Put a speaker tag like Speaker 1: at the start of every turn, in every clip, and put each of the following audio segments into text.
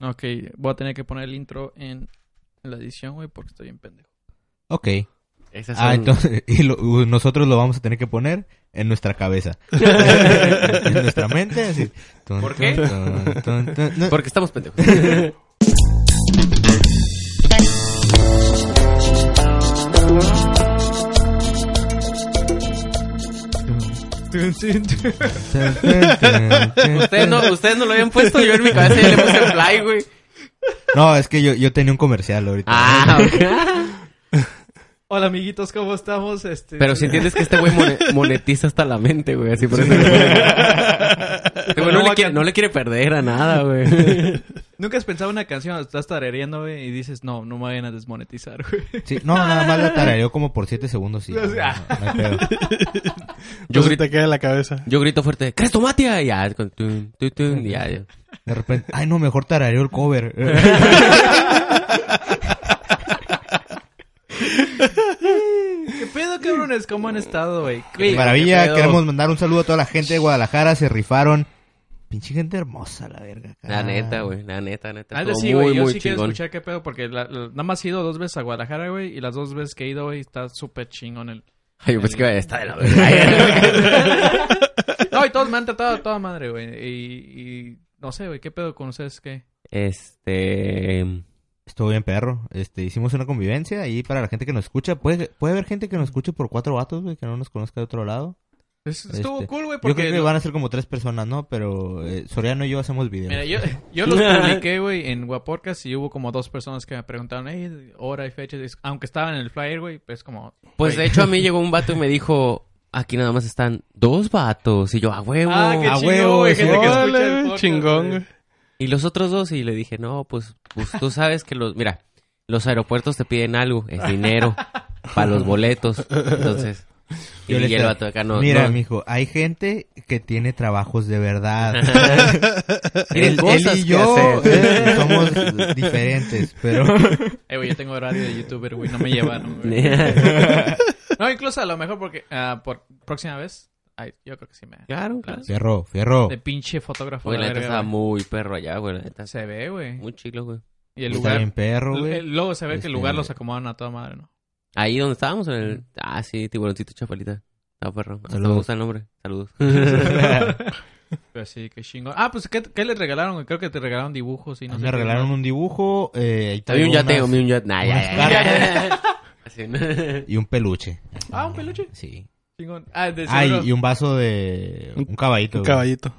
Speaker 1: Ok, voy a tener que poner el intro en la edición, güey, porque estoy bien pendejo.
Speaker 2: Ok.
Speaker 3: Esas
Speaker 2: Ah,
Speaker 3: son-
Speaker 2: entonces, y lo- u- nosotros lo vamos a tener que poner en nuestra cabeza. en nuestra mente, así. Tun,
Speaker 3: ¿Por
Speaker 2: tun,
Speaker 3: qué?
Speaker 2: tun, tun, tun. No,
Speaker 3: Porque estamos pendejos.
Speaker 2: tun, tun, tun,
Speaker 3: ustedes, no, ustedes no lo habían puesto, yo en mi cabeza ya le puse play, güey.
Speaker 2: No, es que yo, yo tenía un comercial ahorita.
Speaker 3: Ah, ok.
Speaker 1: Hola, amiguitos, ¿cómo estamos? Este,
Speaker 3: Pero si entiendes que este güey mone- monetiza hasta la mente, güey. Así por eso. lo pone. Este güey no, le quiere, no le quiere perder a nada, güey.
Speaker 1: Nunca has pensado una canción, estás tarareando, güey, y dices, no, no me vayan a desmonetizar, güey.
Speaker 2: Sí, no, nada más la tarareó como por 7 segundos. Y,
Speaker 1: O sea.
Speaker 2: no, no hay pedo.
Speaker 3: Yo,
Speaker 4: Yo se
Speaker 3: grito-
Speaker 4: te queda en la cabeza.
Speaker 3: yo grito fuerte, ¡Cresto Matia! Y ya, con tun, tun, tun, y ya, ya.
Speaker 2: de repente, ay, no, mejor tarareó el cover.
Speaker 1: ¿Qué pedo, cabrones? ¿Cómo han estado, güey?
Speaker 2: Maravilla,
Speaker 3: qué pedo.
Speaker 2: queremos mandar un saludo a toda la gente de Guadalajara. Se rifaron. Pinche gente hermosa, la verga.
Speaker 3: La
Speaker 2: Ah.
Speaker 3: neta, güey. La neta, neta.
Speaker 1: Antes
Speaker 3: Estuvo
Speaker 1: sí, güey,
Speaker 3: muy,
Speaker 1: yo
Speaker 3: muy
Speaker 1: sí quiero
Speaker 3: chingón.
Speaker 1: escuchar qué pedo, porque la- la- nada más he ido dos veces a Guadalajara, güey, y las dos veces que he ido, güey, está súper chingón el...
Speaker 3: Ay, yo pensé que está de la verga.
Speaker 1: No, y todos me han tratado a toda madre, güey, y, y no sé, güey, ¿qué pedo con ustedes? ¿Qué?
Speaker 3: Este.
Speaker 2: Estuvo bien, perro. Este, hicimos una convivencia ahí para la gente que nos escucha. Puede, puede haber gente que nos escuche por cuatro vatos, güey, que no nos conozca de otro lado.
Speaker 1: Es- Estuvo
Speaker 2: Este,
Speaker 1: cool, güey,
Speaker 2: Yo
Speaker 1: porque...
Speaker 2: creo que van a ser como tres personas, ¿no? Pero eh, Soriano y yo hacemos videos.
Speaker 1: Mira, yo, yo los publiqué, güey, en Guaporcas y hubo como dos personas que me preguntaron, hey, hora y fecha, y es- aunque estaban en el flyer, güey, pues como...
Speaker 3: Pues de hecho a mí llegó un vato y me dijo, aquí nada más están dos vatos. Y yo, a huevo.
Speaker 2: qué Ah, huevo,
Speaker 1: güey,
Speaker 2: sí.
Speaker 1: gente que escucha el
Speaker 4: Órale,
Speaker 1: podcast,
Speaker 4: chingón, güey.
Speaker 3: Y los otros dos, y le dije, no, pues, pues tú sabes que los, mira, los aeropuertos te piden algo, es dinero, para los boletos. Entonces, y,
Speaker 2: Yo le
Speaker 3: y el
Speaker 2: dije,
Speaker 3: vato de acá no.
Speaker 2: Mira,
Speaker 3: no,
Speaker 2: mijo, hay gente que tiene trabajos de verdad.
Speaker 3: tienen
Speaker 2: él,
Speaker 3: cosas
Speaker 2: él y
Speaker 3: que
Speaker 2: yo
Speaker 3: hacer.
Speaker 2: eh, somos diferentes, pero
Speaker 1: Eh, güey, yo tengo horario de youtuber, güey, no me llevaron, güey. No, incluso a lo mejor porque... ah, por próxima vez, ay, yo creo que sí me...
Speaker 3: claro, claro.
Speaker 2: fierro, fierro.
Speaker 1: De pinche fotógrafo.
Speaker 3: Güey,
Speaker 1: la
Speaker 3: la neta
Speaker 1: verga,
Speaker 3: estaba
Speaker 1: güey.
Speaker 3: muy perro allá, güey, la neta.
Speaker 1: Se ve, güey.
Speaker 3: Muy chilo, güey.
Speaker 1: Y el
Speaker 2: Está bien
Speaker 1: lugar...
Speaker 2: perro,
Speaker 1: el-
Speaker 2: güey.
Speaker 1: Luego se ve que el lugar
Speaker 2: Este-
Speaker 1: los acomodaron a toda madre, ¿no?
Speaker 3: Ahí donde estábamos, en el, ah, sí, tiburoncito chapalita. Ah, perro. Hasta me
Speaker 2: Saludos.
Speaker 3: gusta el nombre. Saludos.
Speaker 1: Pero sí, qué chingón. Ah, pues, ¿qué, qué les regalaron? güey? Creo que te regalaron dibujos y no sé
Speaker 2: Me
Speaker 1: qué
Speaker 2: regalaron
Speaker 1: más.
Speaker 2: un dibujo eh, ahí
Speaker 3: Había
Speaker 2: traigo
Speaker 3: un yate,
Speaker 2: unas-
Speaker 3: había un yate. Nah, ya, ya, ya, ya. Así, ¿no?
Speaker 2: y un peluche.
Speaker 1: Ah, un peluche.
Speaker 2: Sí.
Speaker 1: Chingón. Ah, de
Speaker 2: Ah,
Speaker 1: seguro...
Speaker 2: y, y un vaso de un caballito.
Speaker 4: Un
Speaker 2: güey.
Speaker 4: caballito.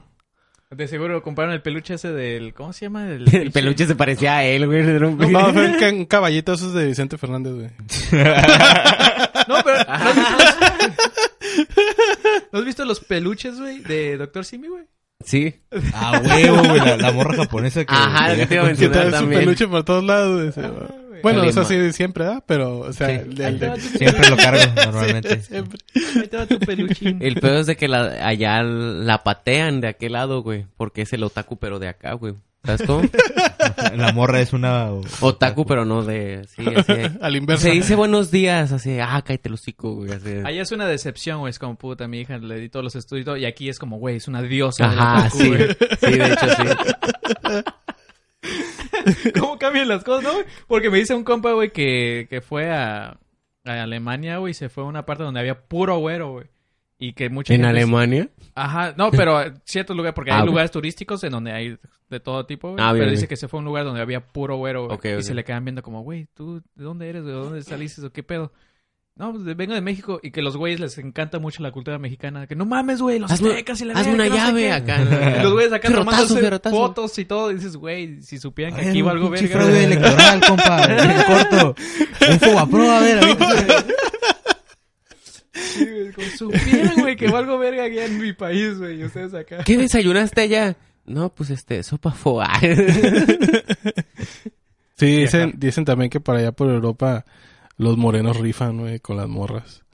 Speaker 1: De seguro compraron el peluche ese del... ¿Cómo se llama? Del
Speaker 3: El peluche se parecía a él, güey. Era un-
Speaker 4: No, no, fue un ca- un caballito esos de Vicente Fernández, güey.
Speaker 1: No, pero... ¿no has visto los- ¿No has visto los peluches, güey? De Doctor Simi, güey.
Speaker 3: Sí.
Speaker 2: Ah, huevo, güey, la, la morra japonesa que...
Speaker 3: Ajá,
Speaker 2: que
Speaker 3: lo que te iba a
Speaker 2: viaja
Speaker 4: Que
Speaker 2: con-
Speaker 3: mencionar.
Speaker 4: trae su
Speaker 3: también.
Speaker 4: peluche por todos lados. güey.
Speaker 1: güey.
Speaker 4: Bueno,
Speaker 3: Calima.
Speaker 4: eso sí siempre, ¿verdad? Pero, o sea, el- el- el-
Speaker 2: Sí, siempre lo cargo, normalmente.
Speaker 4: siempre.
Speaker 1: Ahí te va tu peluchín.
Speaker 3: El pedo es de que la, allá la patean de aquel lado, güey. Porque es el otaku, pero de acá, güey. ¿Sabes cómo?
Speaker 2: La morra es una...
Speaker 3: Otaku, pero no de... Sí, así. de-
Speaker 4: Al inverso.
Speaker 3: Se dice buenos días, así. Ah, cállate el hocico, güey. Así. de-
Speaker 1: Allá es una decepción, güey. Es como, puta, mi hija le di todos los estudios y todo, y aquí es como, güey, es una diosa. del
Speaker 3: Ajá,
Speaker 1: otaku,
Speaker 3: sí.
Speaker 1: güey.
Speaker 3: Sí, de hecho, sí.
Speaker 1: ¿Cómo cambian las cosas, no? güey? Porque me dice un compa, güey, que, que fue a, a Alemania, güey, y se fue a una parte donde había puro güero, güey. Y que mucha
Speaker 3: ¿En
Speaker 1: gente-
Speaker 3: Alemania?
Speaker 1: Ajá, no, pero a ciertos lugares, porque hay
Speaker 3: Ah, ok.
Speaker 1: lugares turísticos en donde hay de todo tipo, güey.
Speaker 3: Ah, bien,
Speaker 1: pero
Speaker 3: bien.
Speaker 1: dice que se fue a un lugar donde había puro güero, güey.
Speaker 3: Ok,
Speaker 1: y
Speaker 3: ok.
Speaker 1: se le quedan viendo como, güey, ¿tú de dónde eres? ¿De dónde saliste? ¿O qué pedo? No, pues de- vengo de México y que los güeyes les encanta mucho la cultura mexicana. Que no mames, güey, los
Speaker 3: Hazme-
Speaker 1: aztecas y la
Speaker 3: Hazme
Speaker 1: verga,
Speaker 3: una
Speaker 1: que no sé
Speaker 3: llave
Speaker 1: qué". Y
Speaker 3: acá.
Speaker 1: Los güeyes acá
Speaker 3: Fierrotazo,
Speaker 1: tomándose
Speaker 3: fierrotazo.
Speaker 1: eh, fotos y todo. Y dices, güey, si supieran que
Speaker 2: Ay,
Speaker 1: aquí
Speaker 2: un
Speaker 1: valgo
Speaker 2: pinche
Speaker 1: verga.
Speaker 2: fraude electoral, compa. en corto. Un fogapro, a ver, a ver.
Speaker 1: Como supieran, güey, que valgo verga aquí en mi país, güey. Y ustedes acá.
Speaker 3: ¿Qué desayunaste allá? No, pues este, sopa foa.
Speaker 4: Sí, dicen, dicen también que para allá por Europa los morenos rifan, güey, con las morras.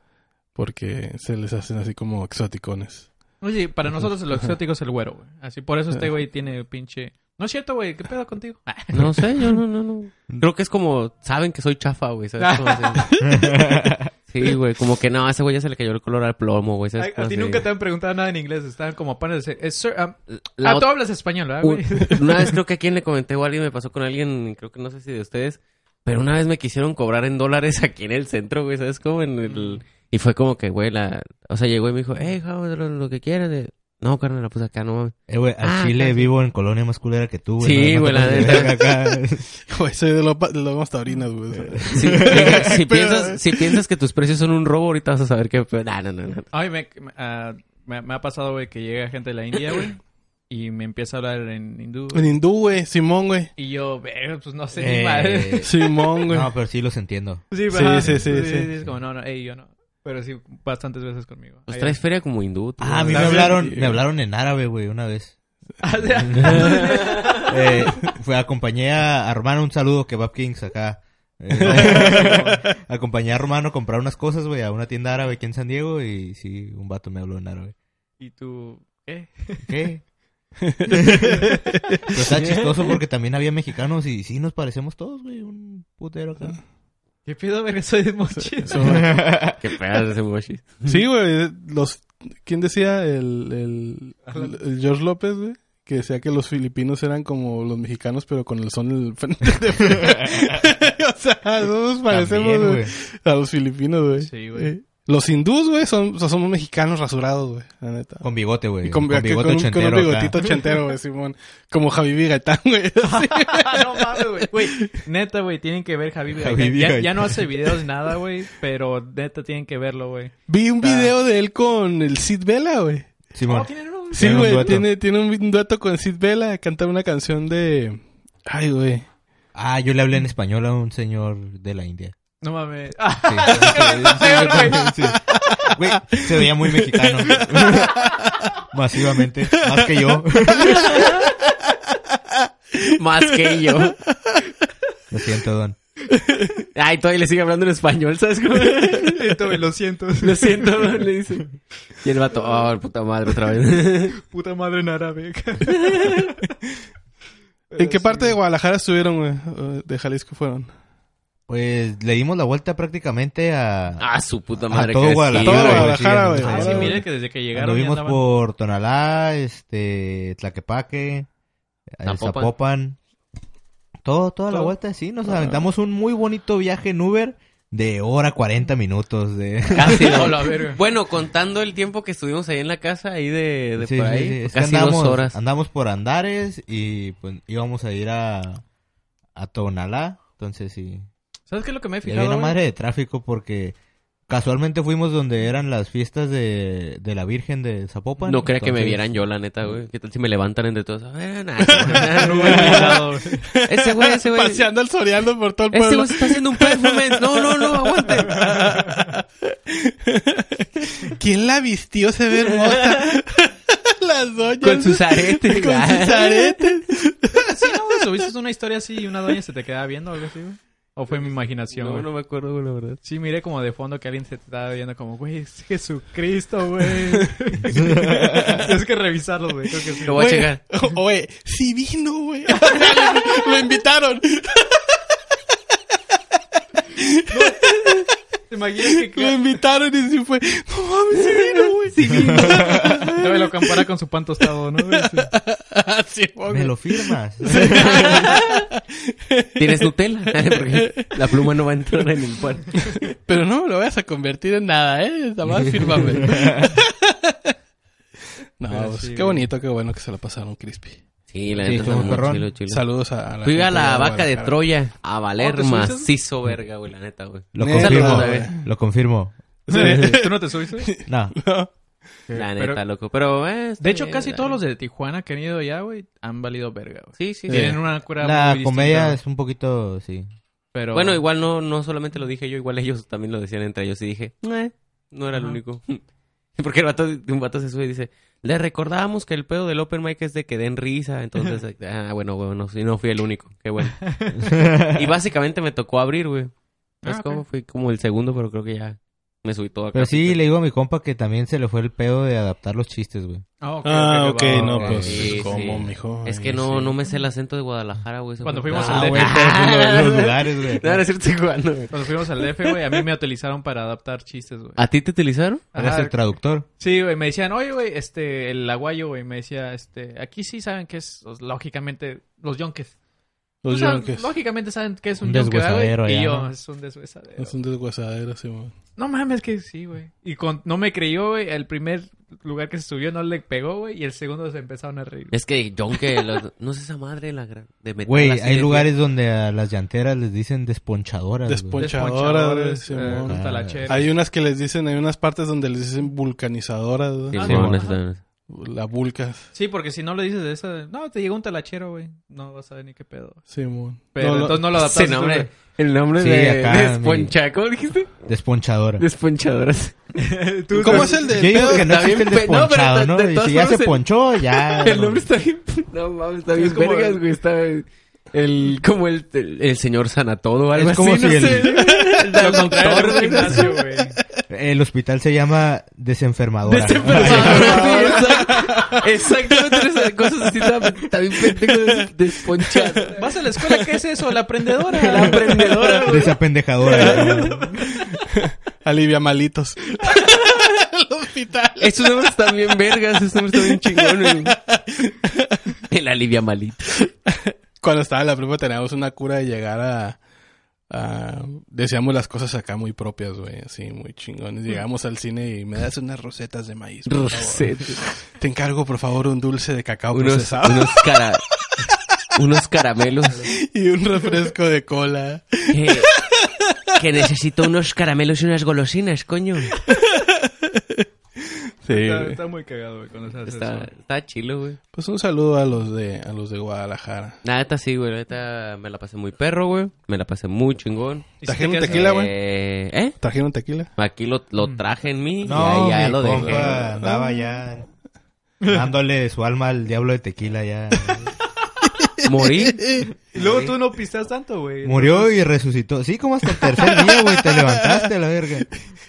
Speaker 4: Porque se les hacen así como exoticones.
Speaker 1: Oye, para nosotros lo exótico es el güero, güey. Así por eso este güey tiene pinche. No es cierto, güey, ¿qué pedo contigo? Ah,
Speaker 3: No sé, yo no, no, no. Creo que es como, saben que soy chafa, güey. ¿sabes? Como así. Sí, güey, como que no, a ese güey ya se le cayó el color al plomo, güey. esas
Speaker 1: A, a
Speaker 3: cosas
Speaker 1: ti
Speaker 3: así.
Speaker 1: nunca te han preguntado nada en inglés. Estaban como panes de... eh, sir, um,
Speaker 3: La
Speaker 1: ah,
Speaker 3: ot-
Speaker 1: tú hablas español, ¿verdad, güey?
Speaker 3: Un- una vez creo que a quien le comenté o a alguien me pasó con alguien, creo que no sé si de ustedes, pero una vez me quisieron cobrar en dólares aquí en el centro, güey, ¿sabes cómo? En el... Y fue como que, güey, la... O sea, llegó y me dijo, hey, how, lo, lo que quieras. eh". No, carnal, la puse acá, no mames.
Speaker 2: Eh, güey, a
Speaker 3: Ah,
Speaker 2: Chile
Speaker 3: casi.
Speaker 2: vivo en colonia más culera que tú, güey. No,
Speaker 3: Sí,
Speaker 2: no
Speaker 3: güey,
Speaker 2: te
Speaker 3: la
Speaker 2: pases de verga acá.
Speaker 4: Güey, soy de, Lopa- de Lomas Taurinas, güey. o sea.
Speaker 3: Si, si- si
Speaker 4: Pero-
Speaker 3: piensas, si piensas que tus precios son un robo, ahorita vas a saber que... No, no, no, no.
Speaker 1: Ay, me, me- ah, me- me ha pasado, güey, que llega gente de la India, güey. Y me empieza a hablar en hindú. güey.
Speaker 4: En hindú, güey. Simón, güey.
Speaker 1: Y yo, "Verga, pues no sé ni
Speaker 2: Eh,
Speaker 1: madre.
Speaker 4: Simón, güey.
Speaker 2: No, pero sí los entiendo.
Speaker 1: Sí,
Speaker 4: Sí,
Speaker 1: ajá.
Speaker 4: sí, sí, sí.
Speaker 1: Es como, no, no, ey, yo no. Pero sí, bastantes veces conmigo.
Speaker 3: Pues
Speaker 1: Ahí-
Speaker 3: traes feria como hindú. tú,
Speaker 2: Ah, a mí me
Speaker 4: También-
Speaker 2: hablaron, me hablaron en árabe, güey, una vez.
Speaker 1: Ah, o sea,
Speaker 2: Eh, fue, acompañé a, a Romano, un saludo, Kebab Kings, acá. Eh, acompañé a Romano a comprar unas cosas, güey, a una tienda árabe aquí en San Diego y sí, un vato me habló en árabe.
Speaker 1: y tú, ¿qué?
Speaker 2: ¿Qué? Pero está chistoso porque también había mexicanos y sí nos parecemos todos, güey, un putero acá.
Speaker 1: ¿Qué pedo, verga? Soy de mochila.
Speaker 4: Eso, güey.
Speaker 3: Qué pedazo ese mochi.
Speaker 4: Sí, güey. Los... ¿Quién decía? El, el, el George López, güey. Que decía que los filipinos eran como los mexicanos, pero con el son del frente. o sea, no nos parecemos
Speaker 2: También,
Speaker 4: güey,
Speaker 2: güey.
Speaker 4: a los filipinos, güey.
Speaker 1: Sí, güey.
Speaker 4: Eh, Los hindús, güey, son, o sea, somos mexicanos rasurados, güey. La neta.
Speaker 2: Con bigote, güey.
Speaker 4: Y con,
Speaker 2: con
Speaker 4: que- con
Speaker 2: bigote
Speaker 4: un, con un
Speaker 2: ochentero acá.
Speaker 4: bigotito ochentero, güey, Simón. Como Javi Vigaitán, güey.
Speaker 1: Ah,
Speaker 4: Así.
Speaker 1: no mames, güey. Güey, neta, güey, tienen que ver Javi Gaitán.
Speaker 2: Javi
Speaker 1: ya,
Speaker 2: Gaitán.
Speaker 1: ya no hace videos ni nada, güey, pero neta tienen que verlo, güey.
Speaker 4: Vi un video de él con el Sid Vela, güey.
Speaker 2: Simón.
Speaker 1: Oh, ¿tienen uno?
Speaker 4: Sí,
Speaker 2: Tiene un
Speaker 4: güey,
Speaker 2: dueto.
Speaker 4: tiene, tiene un dueto con Sid Vela, canta una canción de... Ay, güey.
Speaker 2: Ah, yo le hablé en español a un señor de la India.
Speaker 1: No mames. Ah,
Speaker 2: Sí. Sí. Güey, se veía muy mexicano. Masivamente, más que yo.
Speaker 3: Más que yo.
Speaker 2: Lo siento, Don.
Speaker 3: Ay, todavía le sigue hablando en español, ¿sabes cómo?
Speaker 1: esto, güey, lo siento.
Speaker 3: Lo siento, le dice. Y el vato, oh, puta madre, otra vez.
Speaker 1: Puta madre en árabe.
Speaker 4: ¿En qué parte de Guadalajara estuvieron, güey? O ¿De Jalisco fueron?
Speaker 2: Pues le dimos la vuelta prácticamente a,
Speaker 3: Ah, su puta
Speaker 2: a
Speaker 3: madre.
Speaker 2: todo
Speaker 3: que
Speaker 2: Guadalajara.
Speaker 3: sí,
Speaker 4: Todo
Speaker 3: güey.
Speaker 4: Guadalajara,
Speaker 2: güey,
Speaker 1: Ah,
Speaker 4: güey.
Speaker 2: sí,
Speaker 1: sí,
Speaker 2: andamos-
Speaker 1: mira que desde que llegaron ya
Speaker 2: Anduvimos
Speaker 1: andaban-
Speaker 2: por Tonalá, este, Tlaquepaque, eh,
Speaker 3: Zapopan.
Speaker 2: Zapopan. Todo, toda la
Speaker 4: Todo.
Speaker 2: vuelta, sí. Nos aventamos un muy bonito viaje en Uber de hora 40 minutos. De...
Speaker 3: Casi dos.
Speaker 1: Hola, verga.
Speaker 3: Bueno, contando el tiempo que estuvimos ahí en la casa, ahí de, de
Speaker 2: Sí,
Speaker 3: por
Speaker 2: sí,
Speaker 3: ahí, pues,
Speaker 2: sí. Es que
Speaker 3: casi
Speaker 2: andamos-
Speaker 3: dos horas.
Speaker 2: Andamos por Andares y pues íbamos a ir a, a Tonalá. Entonces sí.
Speaker 1: ¿Sabes qué es lo que me he
Speaker 2: Y había
Speaker 1: fijado?
Speaker 2: una
Speaker 1: güey?
Speaker 2: madre de tráfico porque casualmente fuimos donde eran las fiestas de, de la Virgen de Zapopan.
Speaker 3: no crea que me
Speaker 2: Entonces,
Speaker 3: vieran yo, la neta, güey. ¿Qué tal si me levantan entre todos? A ver, nah,
Speaker 1: No me he fijado, güey.
Speaker 3: ese güey, ese güey.
Speaker 4: Ah, Paseando al Soriano por todo el
Speaker 3: Ese
Speaker 4: pueblo.
Speaker 3: Este güey se está haciendo un performance. No, no, no, aguante.
Speaker 4: ¿Quién la vistió? Se ve hermosa. Las doñas.
Speaker 3: Con sus aretes.
Speaker 4: Con
Speaker 3: güey.
Speaker 4: sus aretes.
Speaker 1: Sí, no, güey, subiste una historia así y una doña se te quedaba viendo o algo así, güey. ¿O fue mi imaginación,
Speaker 3: No,
Speaker 1: güey?
Speaker 3: no me acuerdo, güey, la verdad.
Speaker 1: Sí, miré como de fondo que alguien se te estaba viendo como, güey, es Jesucristo, güey. Tienes que revisarlo, güey. Creo que sí.
Speaker 3: Lo voy a checar.
Speaker 4: Oye, sí vino, güey. Lo invitaron.
Speaker 1: ¿Te imaginas que
Speaker 4: Lo
Speaker 1: Cla-
Speaker 4: invitaron y sí fue. No mames, sí vino, güey. Sí
Speaker 1: todavía lo compara con su pan tostado, no? güey? Sí.
Speaker 4: Así,
Speaker 2: Me lo firmas.
Speaker 3: ¿Tienes Nutella? Porque la pluma no va a entrar en el pan.
Speaker 4: Pero no me lo vayas a convertir en nada, ¿eh? Nada más fírmame. no,
Speaker 1: Pero
Speaker 4: pues,
Speaker 1: sí,
Speaker 4: qué
Speaker 1: güey.
Speaker 4: bonito, qué bueno que se la pasaron crispy.
Speaker 3: Sí, la
Speaker 2: Sí,
Speaker 3: neta
Speaker 2: estuvo
Speaker 3: está muy
Speaker 2: perrón.
Speaker 3: chilo, chilo.
Speaker 4: Saludos a, a la
Speaker 3: Fui a
Speaker 4: gente
Speaker 3: la
Speaker 4: de
Speaker 3: vaca de
Speaker 4: Guadalajara.
Speaker 3: Troya a valer
Speaker 1: ¿Oh, te subiste?
Speaker 3: macizo, verga, güey, la neta, güey.
Speaker 2: Lo
Speaker 4: Neta,
Speaker 2: confirmo.
Speaker 4: güey.
Speaker 2: Lo confirmo.
Speaker 1: ¿Tú no te subiste?
Speaker 2: No.
Speaker 3: La
Speaker 1: Pero-
Speaker 3: neta, loco. Pero, eh, está
Speaker 1: de hecho,
Speaker 3: bien,
Speaker 1: casi
Speaker 3: la
Speaker 1: todos los
Speaker 3: neta.
Speaker 1: de Tijuana que han ido ya, güey, han valido verga, güey.
Speaker 3: Sí, sí, sí.
Speaker 1: Tienen una cura
Speaker 2: La
Speaker 1: muy
Speaker 2: comedia
Speaker 1: distinta,
Speaker 2: es un poquito, sí.
Speaker 1: pero...
Speaker 3: Bueno, igual no, no solamente lo dije yo, igual ellos también lo decían entre ellos. Y dije, "Eh, no era el
Speaker 1: Ajá.
Speaker 3: único. Porque el vato, un vato se sube y dice, le recordábamos que el pedo del open mic es de que den risa. Entonces, ah, bueno, güey, no, sí, no fui el único. Qué bueno. y básicamente me tocó abrir, güey.
Speaker 1: Ah,
Speaker 3: Es
Speaker 1: ok.
Speaker 3: como, fui como el segundo, pero creo que ya me subí todo acá.
Speaker 2: Pero sí, le digo a mi compa que también se le fue el pedo de adaptar los chistes, güey.
Speaker 1: Ah, ok,
Speaker 4: Ah, ok,
Speaker 1: va,
Speaker 4: no,
Speaker 1: va,
Speaker 4: pues,
Speaker 1: va.
Speaker 3: sí,
Speaker 4: ¿cómo,
Speaker 3: sí.
Speaker 4: mijo?
Speaker 3: Es
Speaker 4: Ay,
Speaker 3: que no,
Speaker 4: sí.
Speaker 3: no me sé el acento de Guadalajara, güey. eso
Speaker 1: Cuando
Speaker 3: fue-
Speaker 1: fuimos
Speaker 3: Ah,
Speaker 1: al
Speaker 3: güey.
Speaker 1: DF.
Speaker 2: pero los, los lugares, güey.
Speaker 3: No, no es cierto, Juan, güey.
Speaker 1: Cuando fuimos al DF, güey, a mí me utilizaron para adaptar chistes, güey.
Speaker 3: ¿A ti te utilizaron?
Speaker 2: Eres
Speaker 1: Ajá.
Speaker 2: el traductor.
Speaker 1: Sí, güey, me decían, oye, güey, este, el aguayo, güey, me decía, este, aquí sí saben que es, pues, lógicamente, los yonques.
Speaker 4: Los
Speaker 1: O sea,
Speaker 4: yonques.
Speaker 1: Lógicamente saben que es un,
Speaker 2: Un
Speaker 1: yonque, ¿verdad, güey?
Speaker 2: deshuesadero
Speaker 1: Y
Speaker 2: allá,
Speaker 1: yo,
Speaker 2: ¿no?
Speaker 1: es un deshuesadero.
Speaker 4: Es un desguasadero, sí, man.
Speaker 1: No mames, que sí, güey. Y con... no me creyó, güey, el primer lugar que se subió no le pegó, güey, y el segundo se empezaron a reír.
Speaker 3: Es que John, que los- no es esa madre la gran... de metal
Speaker 2: Güey,
Speaker 3: así
Speaker 2: hay
Speaker 3: de-
Speaker 2: lugares donde a las llanteras les dicen desponchadoras, güey.
Speaker 4: Despon-
Speaker 1: Desponchadores,
Speaker 4: Ponchadores, Simón. Ah.
Speaker 1: eh, talacheros.
Speaker 4: Hay unas que les dicen, hay unas partes donde les dicen vulcanizadoras, ¿no?
Speaker 3: Sí,
Speaker 1: Ah,
Speaker 3: sí,
Speaker 1: no,
Speaker 3: bueno,
Speaker 1: ajá.
Speaker 3: eso-
Speaker 4: La vulcas,
Speaker 1: Sí, porque si no le dices de esa, no, te llegó un talachero, güey, no vas a ver ni qué pedo.
Speaker 4: Simón.
Speaker 1: Pero
Speaker 4: No, no,
Speaker 1: entonces no lo adaptaste.
Speaker 3: Ese nombre,
Speaker 1: tú,
Speaker 3: el nombre
Speaker 2: Sí,
Speaker 3: de
Speaker 2: acá, mi-
Speaker 3: Desponcha, ¿cómo dijiste?
Speaker 2: Desponchadora.
Speaker 3: Desponchadoras.
Speaker 1: güey. Tú-
Speaker 4: ¿Cómo
Speaker 1: tú-
Speaker 4: es el
Speaker 2: Yo
Speaker 4: de
Speaker 2: digo que no
Speaker 3: Está bien
Speaker 2: existe el
Speaker 3: pe- no, pero
Speaker 2: desponchado,
Speaker 3: de-
Speaker 2: ¿no?
Speaker 3: de
Speaker 2: Y
Speaker 3: todas
Speaker 2: si ya se
Speaker 3: formas el-
Speaker 2: ponchó, ya.
Speaker 3: El nombre está bien. No mames, está bien
Speaker 1: Es como-
Speaker 3: vergas, güey. Está el, como el, el, el señor Sanatodo o algo
Speaker 2: Es como
Speaker 3: así,
Speaker 2: si el-
Speaker 3: no sé. El
Speaker 1: Lo contrario
Speaker 3: doctor,
Speaker 1: del
Speaker 3: güey.
Speaker 1: gimnasio, güey.
Speaker 2: El hospital se llama desenfermadora.
Speaker 3: Desenfermadora, sí, exact- Exactamente esas cosas así está- está bien pendejo des- desponchado.
Speaker 1: ¿Vas a la escuela? ¿Qué es eso? La aprendedora.
Speaker 3: La emprendedora, güey.
Speaker 2: Desapendejadora.
Speaker 4: Alivia Malitos?
Speaker 3: Esos nombres están bien vergas, esos nombres están bien chingones. güey. El alivia malito.
Speaker 4: Cuando estaba en la prepa teníamos una cura de llegar a... a- decíamos las cosas acá muy propias, güey, así muy chingones. Llegamos al cine y me das unas rosetas de maíz. por favor. Te encargo, por favor, un dulce de cacao
Speaker 2: Pues
Speaker 3: Unos,
Speaker 4: procesado
Speaker 3: unos, cara- unos caramelos.
Speaker 4: y un refresco de cola.
Speaker 3: Que, que necesito unos caramelos y unas golosinas, coño.
Speaker 4: Sí,
Speaker 1: Está,
Speaker 4: güey.
Speaker 1: está muy cagado, güey, cuando se hace
Speaker 3: Está,
Speaker 1: eso.
Speaker 3: está chilo, güey.
Speaker 4: Pues un saludo a los de a los de Guadalajara.
Speaker 3: Nada, esta sí, güey. Esta me la pasé muy perro, güey. Me la pasé muy chingón.
Speaker 1: ¿Y si te
Speaker 4: ¿Trajeron
Speaker 1: quedas-
Speaker 4: tequila, güey?
Speaker 3: Eh, ¿Eh?
Speaker 4: ¿Trajeron tequila?
Speaker 3: Aquí lo, lo traje en mí.
Speaker 2: Mm. No,
Speaker 3: y ahí ya
Speaker 2: mi
Speaker 3: lo
Speaker 2: compa
Speaker 3: dejé.
Speaker 2: andaba ya dándole su alma al diablo de tequila ya.
Speaker 3: Morí.
Speaker 1: Y luego tú no pistas tanto, güey.
Speaker 2: Murió y resucitó. Sí, como hasta el tercer día, güey, te levantaste a la verga.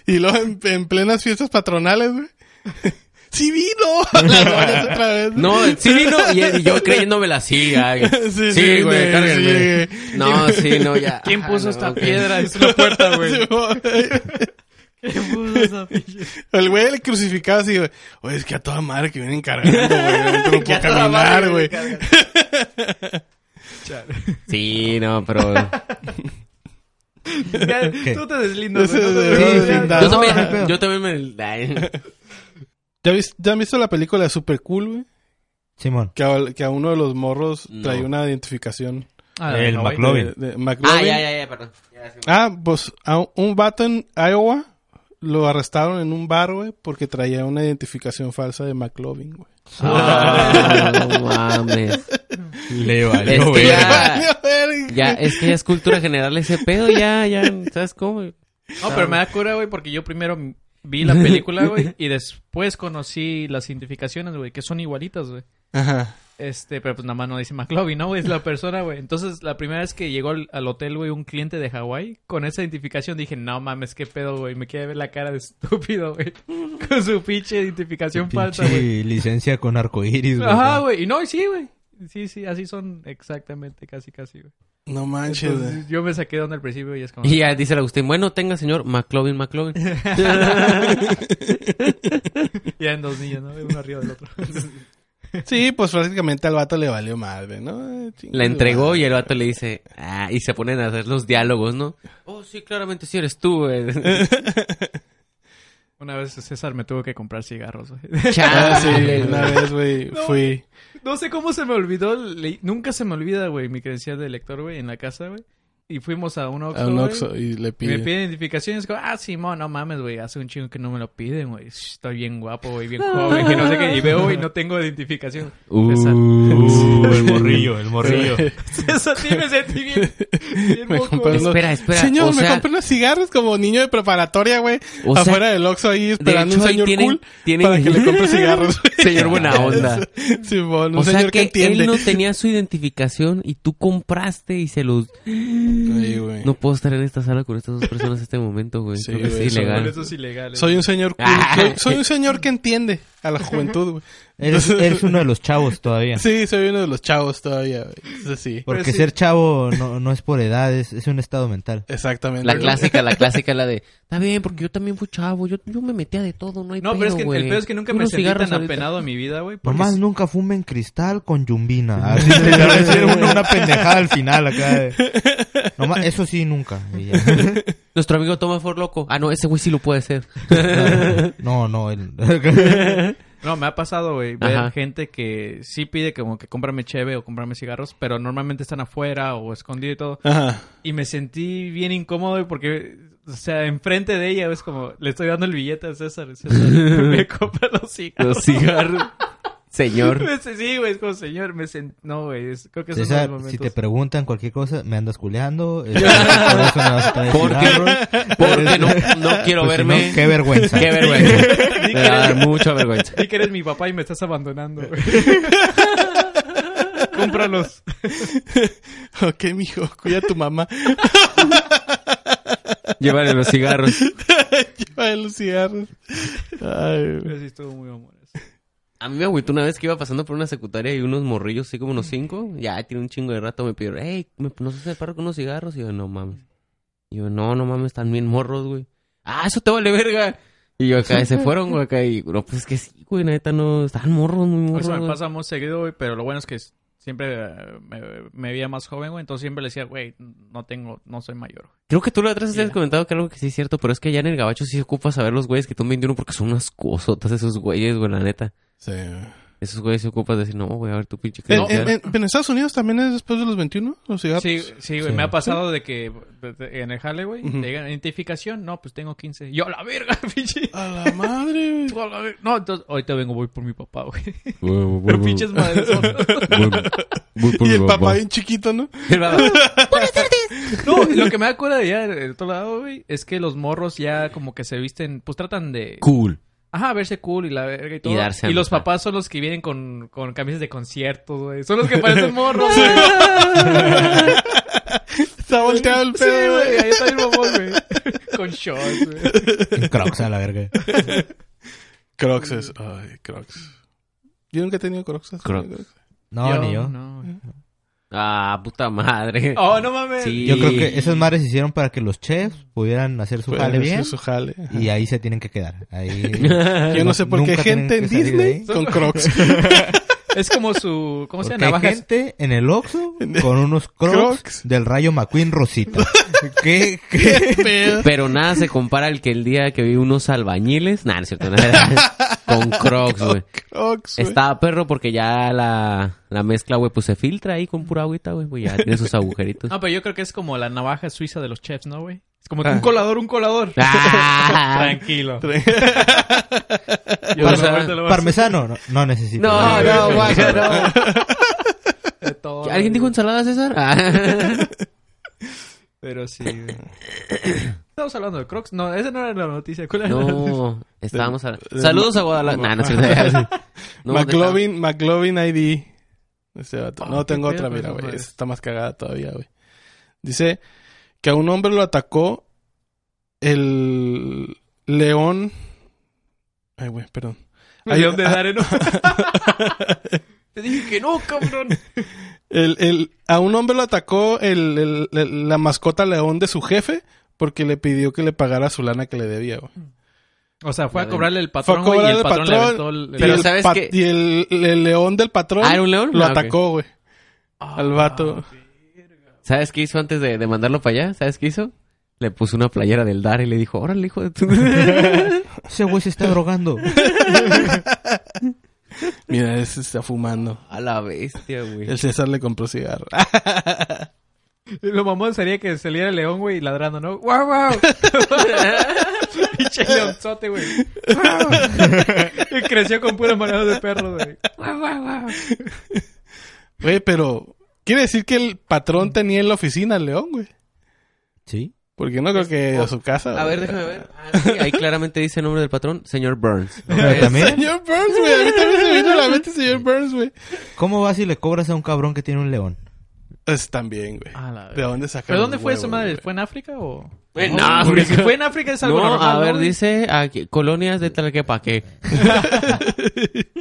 Speaker 4: Y luego en, en plenas fiestas patronales, güey. ¡Sí vino! La gloria es otra vez.
Speaker 3: No, sí vino y, y yo creyéndomela así. ay.
Speaker 4: Sí,
Speaker 3: Sí,
Speaker 4: sí,
Speaker 3: güey,
Speaker 4: sí,
Speaker 3: cárguenme. No, sí, no, ya.
Speaker 1: ¿Quién
Speaker 3: Ah,
Speaker 1: puso
Speaker 3: no,
Speaker 1: esta
Speaker 3: ok.
Speaker 1: piedra? Es una puerta, güey.
Speaker 4: Sí, güey.
Speaker 1: ¿Quién puso esta pinche?
Speaker 4: El güey le crucificaba así, güey. Oye, es que a toda madre que vienen cargando, güey. No puedo
Speaker 1: a toda
Speaker 4: caminar,
Speaker 1: madre
Speaker 4: güey.
Speaker 3: Sí, no, pero...
Speaker 1: Ya,
Speaker 2: ¿Qué?
Speaker 1: Tú te deslindas,
Speaker 4: Ese
Speaker 1: güey. no te
Speaker 4: de-
Speaker 1: deslindas.
Speaker 2: Sí, sí,
Speaker 3: Yo
Speaker 2: No, no hay
Speaker 3: también,
Speaker 2: pedo.
Speaker 3: yo también me... ay.
Speaker 4: ¿Ya, vis- ya han visto la película Super Cool, güey?
Speaker 2: Simón.
Speaker 4: Que a, que a uno de los morros
Speaker 3: No.
Speaker 4: trae una identificación.
Speaker 1: Ah,
Speaker 2: El
Speaker 1: no, güey.
Speaker 2: McLovin.
Speaker 4: De, de McLovin.
Speaker 3: Ah, ya, ya, ya, perdón. Ya, sí.
Speaker 4: Ah, pues a un- un vato en Iowa lo arrestaron en un bar, güey, porque traía una identificación falsa de McLovin, güey.
Speaker 3: Ah, no mames.
Speaker 2: Le
Speaker 3: Es que
Speaker 2: güey.
Speaker 3: ya,
Speaker 4: A ver,
Speaker 3: ya, es que ya es cultura general ese pedo, ya, ya, ¿sabes cómo?
Speaker 1: No, pero me da cura, güey, porque yo primero vi la película, güey, y después conocí las identificaciones, güey, que son igualitas, güey.
Speaker 4: Ajá.
Speaker 1: Este, pero pues nada más no dice McLovin, ¿no? güey? Es la persona, güey. Entonces, la primera vez que llegó al, al hotel, güey, un cliente de Hawái, con esa identificación dije, no mames, qué pedo, güey. Me quiere ver la cara de estúpido, güey. Con su pinche identificación falsa,
Speaker 2: Este Pinche
Speaker 1: güey.
Speaker 2: licencia con arcoíris, güey.
Speaker 1: Ajá, güey. Y no, y sí, güey. Sí, sí, así son exactamente, casi, casi, güey.
Speaker 4: No manches,
Speaker 1: Entonces,
Speaker 4: güey.
Speaker 1: yo me saqué de onda al principio y es como...
Speaker 3: Y ya dice el Agustín, bueno, tenga, señor, McLovin, McLovin.
Speaker 1: Ya en dos niños, ¿no? Uno arriba del otro.
Speaker 4: Sí, pues prácticamente al vato le valió madre, ¿no? Eh, chingue
Speaker 3: La
Speaker 4: su
Speaker 3: entregó
Speaker 4: madre.
Speaker 3: y el vato le dice, ah, y se ponen a hacer los diálogos, ¿no? Oh, sí, claramente sí eres tú, güey.
Speaker 1: Una vez César me tuvo que comprar cigarros, güey.
Speaker 4: Ah, sí,
Speaker 3: Chale,
Speaker 4: una
Speaker 3: güey.
Speaker 4: vez, güey,
Speaker 1: No.
Speaker 4: fui.
Speaker 1: No sé cómo se me olvidó. le- Nunca se me olvida, güey, mi credencial de lector, güey, en la casa, güey. Y fuimos a un Oxxo,
Speaker 4: A un
Speaker 1: güey,
Speaker 4: Oxxo y le
Speaker 1: Y me
Speaker 4: pide.
Speaker 1: piden identificación y es como, ah, Simón, no mames, güey, hace un chingo que no me lo piden, güey. Shh, Estoy bien guapo, güey, bien joven, que no sé qué. Y veo, güey, no tengo identificación. César.
Speaker 2: Uh, el morrillo, el morrillo.
Speaker 1: César, sí me sentí bien, bien
Speaker 4: Me
Speaker 1: moco.
Speaker 4: compré unos-
Speaker 3: Espera, espera,
Speaker 4: Señor,
Speaker 3: o
Speaker 4: me
Speaker 3: sea-
Speaker 4: compré unos cigarros como niño de preparatoria, güey.
Speaker 3: O sea,
Speaker 4: afuera del Oxxo ahí
Speaker 3: De
Speaker 4: esperando
Speaker 3: hecho,
Speaker 4: un
Speaker 3: ahí
Speaker 4: señor
Speaker 3: tienen,
Speaker 4: cool
Speaker 3: tienen-
Speaker 4: para que le compre cigarros. güey.
Speaker 3: Señor buena onda.
Speaker 4: Simón, un
Speaker 3: O sea
Speaker 4: señor que
Speaker 3: que él
Speaker 4: entiende.
Speaker 3: no tenía su identificación y tú compraste y se los...
Speaker 4: Ay, güey.
Speaker 3: No puedo estar en esta sala con estas dos personas en este momento, güey.
Speaker 4: Sí,
Speaker 3: Creo que
Speaker 4: güey,
Speaker 3: es
Speaker 4: eso-
Speaker 3: ilegal.
Speaker 1: Eso es ilegal.
Speaker 4: Soy un señor cool,
Speaker 3: Ah.
Speaker 4: soy, soy un señor que entiende a la juventud, güey.
Speaker 2: Eres, eres uno de los chavos todavía.
Speaker 4: Sí, soy uno de los chavos todavía, güey. Eso sí.
Speaker 2: Porque
Speaker 1: Pero sí.
Speaker 2: ser chavo no, no es por edad, es, es un estado mental.
Speaker 4: Exactamente.
Speaker 3: La
Speaker 4: güey.
Speaker 3: clásica, la clásica, la de. Está bien, porque yo también fui chavo. Yo, yo me metía de todo, no hay
Speaker 1: No, pero es que
Speaker 3: güey.
Speaker 1: el peor es que nunca me
Speaker 3: Unos
Speaker 1: sentí
Speaker 3: cigarros
Speaker 1: tan
Speaker 3: ahorita.
Speaker 1: apenado en mi vida, güey. porque
Speaker 2: Nomás nunca fumen cristal con yumbina. Así te van a decir una, una pendejada al final acá. de- Nomás, eso sí, nunca. Y ya.
Speaker 3: Nuestro amigo Toma Ford loco. Ah, no, ese güey sí lo puede hacer.
Speaker 2: No, no. el-
Speaker 1: No, me ha pasado, güey, ver
Speaker 3: Ajá.
Speaker 1: gente que sí pide como que cómprame cheve o cómprame cigarros, pero normalmente están afuera o escondido y todo.
Speaker 4: Ajá.
Speaker 1: Y me sentí bien incómodo güey, porque, o sea, enfrente de ella es como, le estoy dando el billete a César, César, me compra los cigarros.
Speaker 3: Los cigarros. Señor.
Speaker 1: Me sen- sí, güey, es como, señor, me sentí... No, güey, es- creo que esos
Speaker 2: César,
Speaker 1: son los momentos.
Speaker 2: si te preguntan cualquier cosa, me andas culeando. eh, por eso me vas a traer
Speaker 3: ¿Por qué?
Speaker 2: cigarros.
Speaker 3: Porque no, no quiero
Speaker 2: Pues si no,
Speaker 3: verme.
Speaker 2: qué vergüenza.
Speaker 3: qué vergüenza.
Speaker 1: Di
Speaker 3: Me
Speaker 1: que
Speaker 3: va a dar
Speaker 1: eres-
Speaker 3: mucha vergüenza.
Speaker 1: di que eres mi papá y me estás abandonando, güey. Cómpralos.
Speaker 4: Ok, mijo, cuida a tu mamá.
Speaker 3: Llévale los cigarros.
Speaker 4: Lleva los cigarros. Ay, güey.
Speaker 1: Pero sí estuvo muy amoroso.
Speaker 3: A mí me agüitó una vez que iba pasando por una secundaria y unos morrillos, así como unos cinco. Ya tiene un chingo de rato. Me pidieron, hey, ¿me- ¿nos hace el paro con unos cigarros? Y yo, no mames. Y yo, no, no mames, están bien morros, güey. Ah, eso te vale verga. Y yo acá, y se fueron, güey, acá. Y no, pues que sí, güey, neta, no. Están morros, muy morros.
Speaker 1: Eso me
Speaker 3: güey.
Speaker 1: pasa muy seguido, güey, pero lo bueno es que s- siempre eh, me, me veía más joven, güey, entonces siempre le decía, güey, no tengo, no soy mayor.
Speaker 3: Creo que tú la otra vez
Speaker 1: Mira.
Speaker 3: has comentado que algo que sí es cierto, pero es que allá en el gabacho sí se ocupa saber los güeyes que son 21 porque son unas cosotas esos güeyes, güey, la neta.
Speaker 4: Sí, güey.
Speaker 3: Esos güeyes se ocupan de decir, no, güey, a ver tu pinche
Speaker 4: En-
Speaker 3: credencial".
Speaker 4: en- en- pero en Estados Unidos también es después de los 21, los cigarros.
Speaker 1: Sí, sí, güey,
Speaker 2: pues, Sí.
Speaker 1: me ha pasado de que de- de- en el jale, güey,
Speaker 4: Ujú.
Speaker 1: te llegan identificación, no, pues tengo 15. Yo, a la verga, pinche.
Speaker 4: A la madre, güey.
Speaker 1: Yo, a la verga. No, entonces, ahorita vengo, voy por mi papá, güey.
Speaker 3: Güey, güey,
Speaker 1: Pero
Speaker 3: güey,
Speaker 1: pinches madres son-
Speaker 3: güey, güey, por mi
Speaker 4: Y el papá
Speaker 3: papá.
Speaker 4: bien chiquito, ¿no?
Speaker 3: El papá.
Speaker 1: No, lo que me da cura de ya del otro lado, güey, es que los morros ya como que se visten, pues tratan de...
Speaker 3: Cool.
Speaker 1: Ajá, verse cool y la verga y todo.
Speaker 3: darse a
Speaker 1: y los
Speaker 3: notar.
Speaker 1: papás son los que vienen con, con camisas de conciertos, güey. Son los que parecen morros, güey.
Speaker 4: Está volteado el
Speaker 1: Sí,
Speaker 4: pedo,
Speaker 1: güey,
Speaker 4: güey.
Speaker 1: ahí está el mamón, güey. Con shorts, güey.
Speaker 2: En Crocs a la verga.
Speaker 4: Crocs es. Ay, Crocs. Yo nunca he tenido Crocs. ¿has
Speaker 3: Crocs.
Speaker 4: tenido
Speaker 2: No, ni yo.
Speaker 1: No, güey.
Speaker 3: Ah, puta madre.
Speaker 1: Oh, no mames.
Speaker 3: Sí.
Speaker 2: Yo creo que esas madres se hicieron para que los chefs pudieran hacer su
Speaker 4: Puede
Speaker 2: jale
Speaker 4: ser
Speaker 2: bien.
Speaker 4: Su jale. ajá.
Speaker 2: Y ahí se tienen que quedar. Ahí...
Speaker 4: Yo no sé por qué
Speaker 2: Nunca tienen
Speaker 4: gente
Speaker 2: que
Speaker 4: en
Speaker 2: salir de
Speaker 4: Disney
Speaker 2: ahí.
Speaker 4: con Crocs.
Speaker 1: Es como su. ¿Cómo se
Speaker 2: Porque
Speaker 1: llama?
Speaker 2: hay
Speaker 1: Navajas.
Speaker 2: gente en el Oxxo con unos crocs,
Speaker 4: Crocs.
Speaker 2: del Rayo McQueen Rosita. ¿Qué? ¿Qué?
Speaker 4: Pedo.
Speaker 3: Pero nada se compara al que el día que vi unos albañiles. Nah, no es cierto, nada. Con crocs, güey.
Speaker 4: Crocs. güey.
Speaker 3: Estaba perro porque ya la, la mezcla, güey, pues se filtra ahí con pura agüita, güey. Pues ya tiene sus agujeritos. Ah.
Speaker 1: No, pero yo creo que es como la navaja suiza de los chefs, ¿no, güey? Es como
Speaker 4: Ah.
Speaker 1: un colador, un colador.
Speaker 3: Ah.
Speaker 1: Tranquilo.
Speaker 3: O sea,
Speaker 2: Parmesano. No, no necesito.
Speaker 3: No, no, guaca,
Speaker 1: Todo,
Speaker 3: no. ¿Alguien dijo ensalada, César? Ah.
Speaker 1: Pero sí, güey. Estamos hablando de Crocs. No, esa no era la noticia. ¿Cuál era la noticia?
Speaker 3: No, estábamos a...
Speaker 4: de-
Speaker 3: Saludos a Guadalajara. Nah, no es cierto. No,
Speaker 4: McLovin, McLovin ID. Ese vato.
Speaker 1: Ah,
Speaker 4: no,
Speaker 1: qué
Speaker 4: tengo
Speaker 1: pedo
Speaker 4: otra,
Speaker 1: con
Speaker 4: mira,
Speaker 1: esas
Speaker 4: güey.
Speaker 1: madres.
Speaker 4: Esa Está más cagada todavía, güey. Dice que a un hombre lo atacó el león. Ay, güey, perdón. Hay-
Speaker 1: León de Dareno. Te dije que no, cabrón.
Speaker 4: El, el- a un hombre lo atacó el, el- el- la mascota león de su jefe porque le pidió que le pagara su lana que le debía, güey.
Speaker 1: O sea, fue a
Speaker 3: Dareno.
Speaker 1: cobrarle el patrón, güey, y
Speaker 4: cobrarle
Speaker 1: el
Speaker 4: al
Speaker 1: patrón, le
Speaker 4: patrón.
Speaker 1: aventó el... el-
Speaker 3: Pero
Speaker 4: y el
Speaker 3: ¿sabes
Speaker 4: pat-
Speaker 3: qué?
Speaker 4: Y el, el león del patrón
Speaker 3: ¿Ah, era un león?
Speaker 4: lo
Speaker 3: Ah, ok.
Speaker 4: atacó, güey. al vato.
Speaker 3: ¿Sabes qué hizo antes de, de mandarlo para allá? ¿Sabes qué hizo? Le puso una playera del Dar y le dijo, órale, hijo de tu...
Speaker 2: Ese güey se está drogando.
Speaker 4: Mira, ese está fumando.
Speaker 3: a la bestia, güey.
Speaker 4: El César le compró cigarro. Ah,
Speaker 1: Lo mamón sería que saliera el león, güey, ladrando, ¿no? ¡Guau, guau! Pinche leonzote, güey. ¡Guau! y creció con puras manadas de perros, güey. ¡Guau, guau, guau!
Speaker 4: Güey, pero quiere decir que el patrón tenía en la oficina al león, güey.
Speaker 2: Sí.
Speaker 4: Porque no creo que a su casa.
Speaker 3: A ver,
Speaker 4: güey.
Speaker 3: déjame ver. Ah, sí, ahí claramente dice el nombre del patrón, señor Burns.
Speaker 2: Pero también,
Speaker 4: Señor Burns, güey. A mí también se me vino a la mente, señor Burns, güey.
Speaker 2: ¿cómo vas si le cobras a un cabrón que tiene un león?
Speaker 4: Es también, güey.
Speaker 1: Ah, A la
Speaker 4: ¿De
Speaker 1: verga.
Speaker 4: dónde sacaron?
Speaker 1: ¿Pero dónde
Speaker 4: los
Speaker 1: fue
Speaker 4: huevos,
Speaker 1: esa madre?
Speaker 4: güey?
Speaker 1: ¿Fue en África o...?
Speaker 3: En
Speaker 1: No, porque
Speaker 3: África.
Speaker 1: Si fue en África es algo
Speaker 3: No,
Speaker 1: normal,
Speaker 3: a ver,
Speaker 1: güey.
Speaker 3: dice aquí, colonias de Tlaquepaque.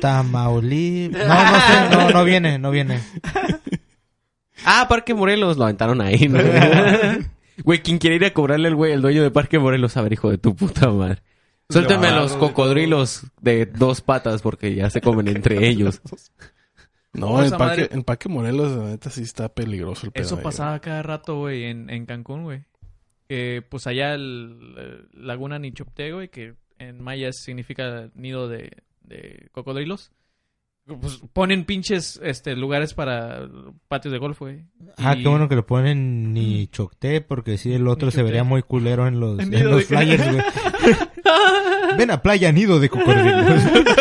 Speaker 2: Tamaulipas. No, no sé, no, no viene, no viene.
Speaker 3: Ah, Parque Morelos, lo aventaron ahí, ¿no? Güey, ¿quién quiere ir a cobrarle al güey, el dueño de Parque Morelos? A ver, hijo de tu puta madre. Suélteme
Speaker 2: No,
Speaker 3: a los
Speaker 2: no,
Speaker 3: cocodrilos de dos patas porque ya se comen entre ellos.
Speaker 1: No,
Speaker 4: No, en
Speaker 1: esa
Speaker 4: Parque,
Speaker 1: madre-
Speaker 4: en Parque Morelos, la neta, sí está peligroso el pedo.
Speaker 1: Eso
Speaker 4: ahí,
Speaker 1: pasaba cada rato, güey, en, en Cancún, güey. Que, pues allá el, el Laguna Nichopte, güey, que en maya significa nido de, de cocodrilos. Pues ponen pinches este, lugares para patios de golf, güey.
Speaker 2: Ah,
Speaker 1: Y-
Speaker 2: qué bueno que lo ponen ni chocté, porque si el otro se
Speaker 1: Nichocté.
Speaker 2: vería muy culero en los,
Speaker 1: En
Speaker 2: en
Speaker 1: nido
Speaker 2: los
Speaker 1: de-
Speaker 2: flyers, güey. Ven a playa nido de cocodrilos.
Speaker 4: güey.
Speaker 1: Pues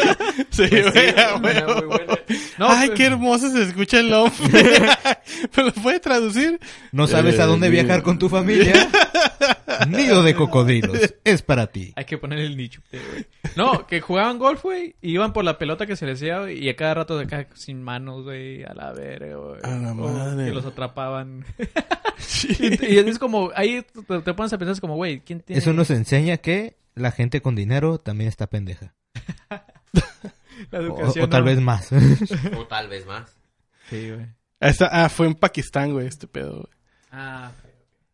Speaker 4: Sí, güey, a huevo.
Speaker 1: No, pues,
Speaker 4: Ay,
Speaker 1: pero-
Speaker 4: qué hermoso se escucha el hombre. ¿Me lo puede traducir?
Speaker 2: No sabes a dónde
Speaker 4: Eh,
Speaker 2: viajar
Speaker 4: nido.
Speaker 2: con tu familia. Nido de cocodrilos es para ti.
Speaker 1: Hay que poner el nicho. güey. No, que jugaban golf, güey, y iban por la pelota que se les hacía güey, y a cada rato de acá sin manos, güey, a la verga, güey.
Speaker 4: A la
Speaker 1: O
Speaker 4: madre.
Speaker 1: Que los atrapaban.
Speaker 4: Sí.
Speaker 1: y, y es como, ahí te, te pones a pensar, es como, güey, ¿quién tiene?
Speaker 2: Eso nos enseña que la gente con dinero también está pendeja.
Speaker 1: la
Speaker 2: O,
Speaker 1: educación,
Speaker 2: o tal
Speaker 1: ¿no?
Speaker 2: vez más.
Speaker 3: O tal vez más.
Speaker 1: Sí, güey.
Speaker 4: Ah, está- ah, fue en Pakistán, güey, este pedo, güey.
Speaker 1: Ah,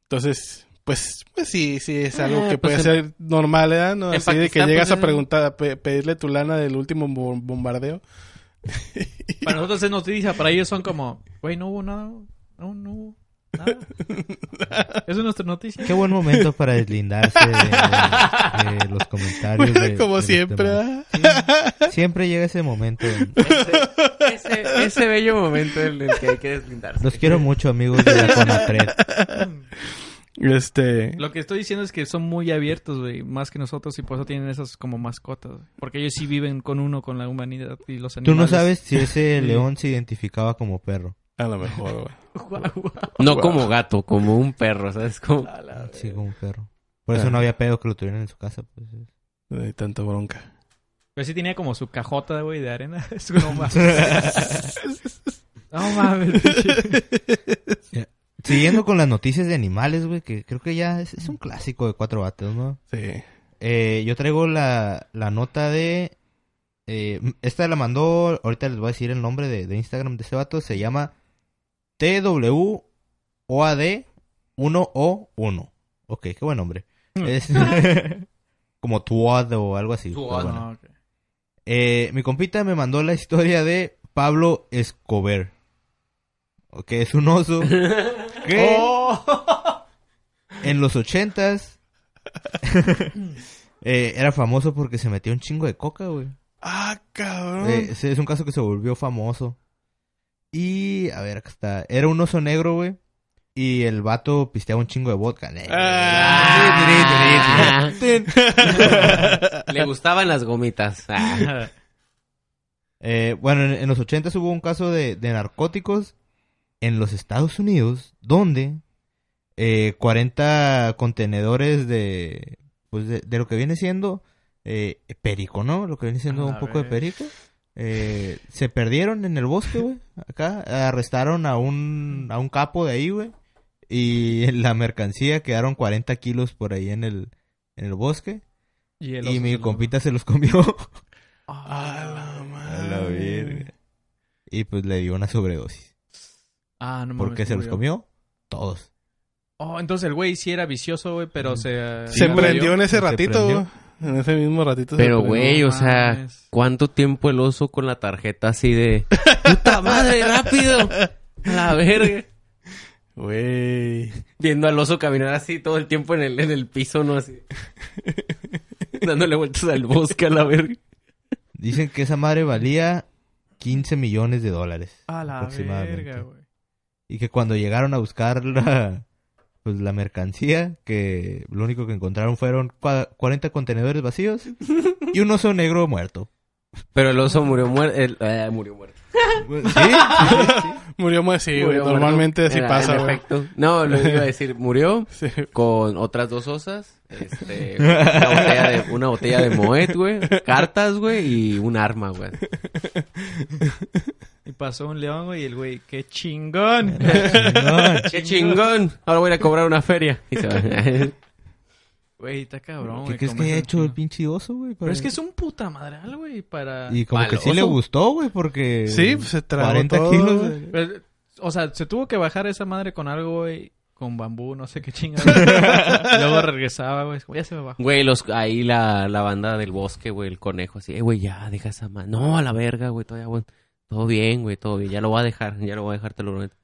Speaker 4: Entonces, pues, pues sí, sí, es algo
Speaker 3: Eh,
Speaker 4: que
Speaker 3: pues
Speaker 4: puede ser normal, ¿eh? ¿No?
Speaker 3: en
Speaker 4: Así de que
Speaker 3: Pakistán,
Speaker 4: llegas
Speaker 3: pues,
Speaker 4: a
Speaker 3: es-
Speaker 4: preguntar, a pe- pedirle tu lana del último bo- bombardeo.
Speaker 1: para nosotros es noticia, para ellos son como, güey, no hubo nada, no, no hubo nada. Eso es nuestra noticia.
Speaker 2: Qué buen momento para deslindarse de, de- de los comentarios. de- de
Speaker 4: Como
Speaker 2: los
Speaker 4: siempre,
Speaker 2: demás.
Speaker 4: ¿ah?
Speaker 1: ¿eh?
Speaker 2: Sí, siempre llega ese momento.
Speaker 3: Ese, ese bello momento en el que hay que deslindarse.
Speaker 2: Los quiero mucho, amigos de la Conatred.
Speaker 4: Este...
Speaker 1: Lo que estoy diciendo es que son muy abiertos, güey, más que nosotros y por eso tienen esas como mascotas, güey. porque ellos sí viven con uno, con la humanidad y los
Speaker 2: Tú no
Speaker 1: animales.
Speaker 2: sabes si ese león se identificaba como perro.
Speaker 4: A lo mejor, güey.
Speaker 1: Guau, guau.
Speaker 3: No como gato, como un perro, ¿sabes? Como...
Speaker 2: Sí, como un perro. Por eso no había pedo que lo tuvieran en su casa. pues.
Speaker 4: No hay tanta bronca.
Speaker 1: Pero Pues sí tenía como su cajota, güey, de arena. Es como, No mames. No mames. pinche.
Speaker 2: Siguiendo con las noticias de animales, güey, que creo que ya es, es un clásico de cuatro vatos, ¿no?
Speaker 4: Sí.
Speaker 2: Eh, yo traigo la, la nota de... eh, esta la mandó, ahorita les voy a decir el nombre de, de Instagram de ese vato, se llama TWOAD1O1. Ok, qué buen nombre. Es como Tuad o algo así. pero
Speaker 3: Tuad.
Speaker 2: bueno.
Speaker 1: No, ok.
Speaker 2: Eh, mi compita me mandó la historia de Pablo Escobar. Ok, es un oso que en los ochentas eh, era famoso porque se metió un chingo de coca, güey.
Speaker 4: Ah, cabrón.
Speaker 2: Eh, ese es un caso que se volvió famoso. Y, a ver, acá está. Era un oso negro, güey. Y el vato pisteaba un chingo de vodka. Eh,
Speaker 4: Ah.
Speaker 3: Ah. Le gustaban las gomitas. Ah.
Speaker 2: Eh, bueno, en, en los 80 hubo un caso de, de narcóticos en los Estados Unidos, donde eh, 40 contenedores de, pues de, de lo que viene siendo eh, perico, ¿no? Lo que viene siendo
Speaker 1: A
Speaker 2: un
Speaker 1: la
Speaker 2: poco de
Speaker 1: vez.
Speaker 2: perico. eh, se perdieron en el bosque, güey. Acá arrestaron a un, a un capo de ahí, güey. Y en la mercancía quedaron 40 kilos por ahí en el, en el bosque.
Speaker 1: Y, el
Speaker 2: Y
Speaker 1: oso
Speaker 2: mi
Speaker 1: se lo-
Speaker 2: compita se los comió.
Speaker 3: Ah.
Speaker 4: A la
Speaker 2: A
Speaker 4: madre.
Speaker 2: la verga. Y pues le dio una sobredosis.
Speaker 1: Ah, no mames.
Speaker 2: ¿Por qué se los
Speaker 1: murió.
Speaker 2: comió? Todos.
Speaker 1: Oh, entonces el güey sí era vicioso, güey, pero se...
Speaker 4: Se
Speaker 1: murió.
Speaker 4: prendió en ese
Speaker 2: Se
Speaker 4: ratito,
Speaker 2: prendió.
Speaker 4: güey. En ese mismo ratito. se
Speaker 3: Pero,
Speaker 4: prendió.
Speaker 3: güey, o sea,
Speaker 1: mames.
Speaker 3: ¿cuánto tiempo el oso con la tarjeta así de... ¡Puta madre, rápido! A la verga.
Speaker 4: Güey.
Speaker 3: Viendo al oso caminar así todo el tiempo en el, en el piso, ¿no? Así. Dándole vueltas al bosque a la verga.
Speaker 2: Dicen que esa madre valía 15 millones de dólares.
Speaker 1: A la verga, güey.
Speaker 2: Y que cuando llegaron a buscar la, pues, la mercancía, que lo único que encontraron fueron cua- 40 contenedores vacíos y un oso negro muerto.
Speaker 3: Pero el oso murió muerto. Eh, murió muerto.
Speaker 2: ¿Sí?
Speaker 4: Murió más así, güey.
Speaker 3: Murió muerto.
Speaker 4: Normalmente así
Speaker 3: Era-
Speaker 4: pasa,
Speaker 3: en
Speaker 4: güey.
Speaker 3: efecto. No, lo iba a decir. Murió
Speaker 4: Sí.
Speaker 3: con otras dos osas. Este, una, botella de, una botella de Moet, güey. Cartas, güey. Y un arma, güey.
Speaker 1: pasó un león, güey, y el güey, qué chingón.
Speaker 2: Chingón.
Speaker 3: ¡Qué chingón! Ahora voy a ir a cobrar una feria. Y se va.
Speaker 1: Güey, está cabrón,
Speaker 2: ¿Qué
Speaker 1: güey.
Speaker 2: crees que
Speaker 1: comer
Speaker 2: haya hecho el
Speaker 1: tranquilo.
Speaker 2: pinche oso, güey?
Speaker 1: Pero
Speaker 2: para-
Speaker 1: es que es un puta madral, güey, para...
Speaker 2: Y como que sí le
Speaker 3: Paloso.
Speaker 2: gustó, güey, porque...
Speaker 4: Sí, pues, se tragó
Speaker 2: 40
Speaker 4: todo,
Speaker 2: Eh, kilos,
Speaker 4: güey.
Speaker 2: güey.
Speaker 1: Pero, o sea, se tuvo que bajar esa madre con algo, güey, con bambú, no sé qué chingada. Luego regresaba, güey, es como, ya se me bajó.
Speaker 3: Güey, los, ahí la, la banda del bosque, güey, el conejo así, eh, güey, ya, deja esa mano. No, a la verga, güey, todavía, güey. Todo bien, güey, todo bien. Ya lo voy a dejar, ya lo voy a dejar, te lo prometo.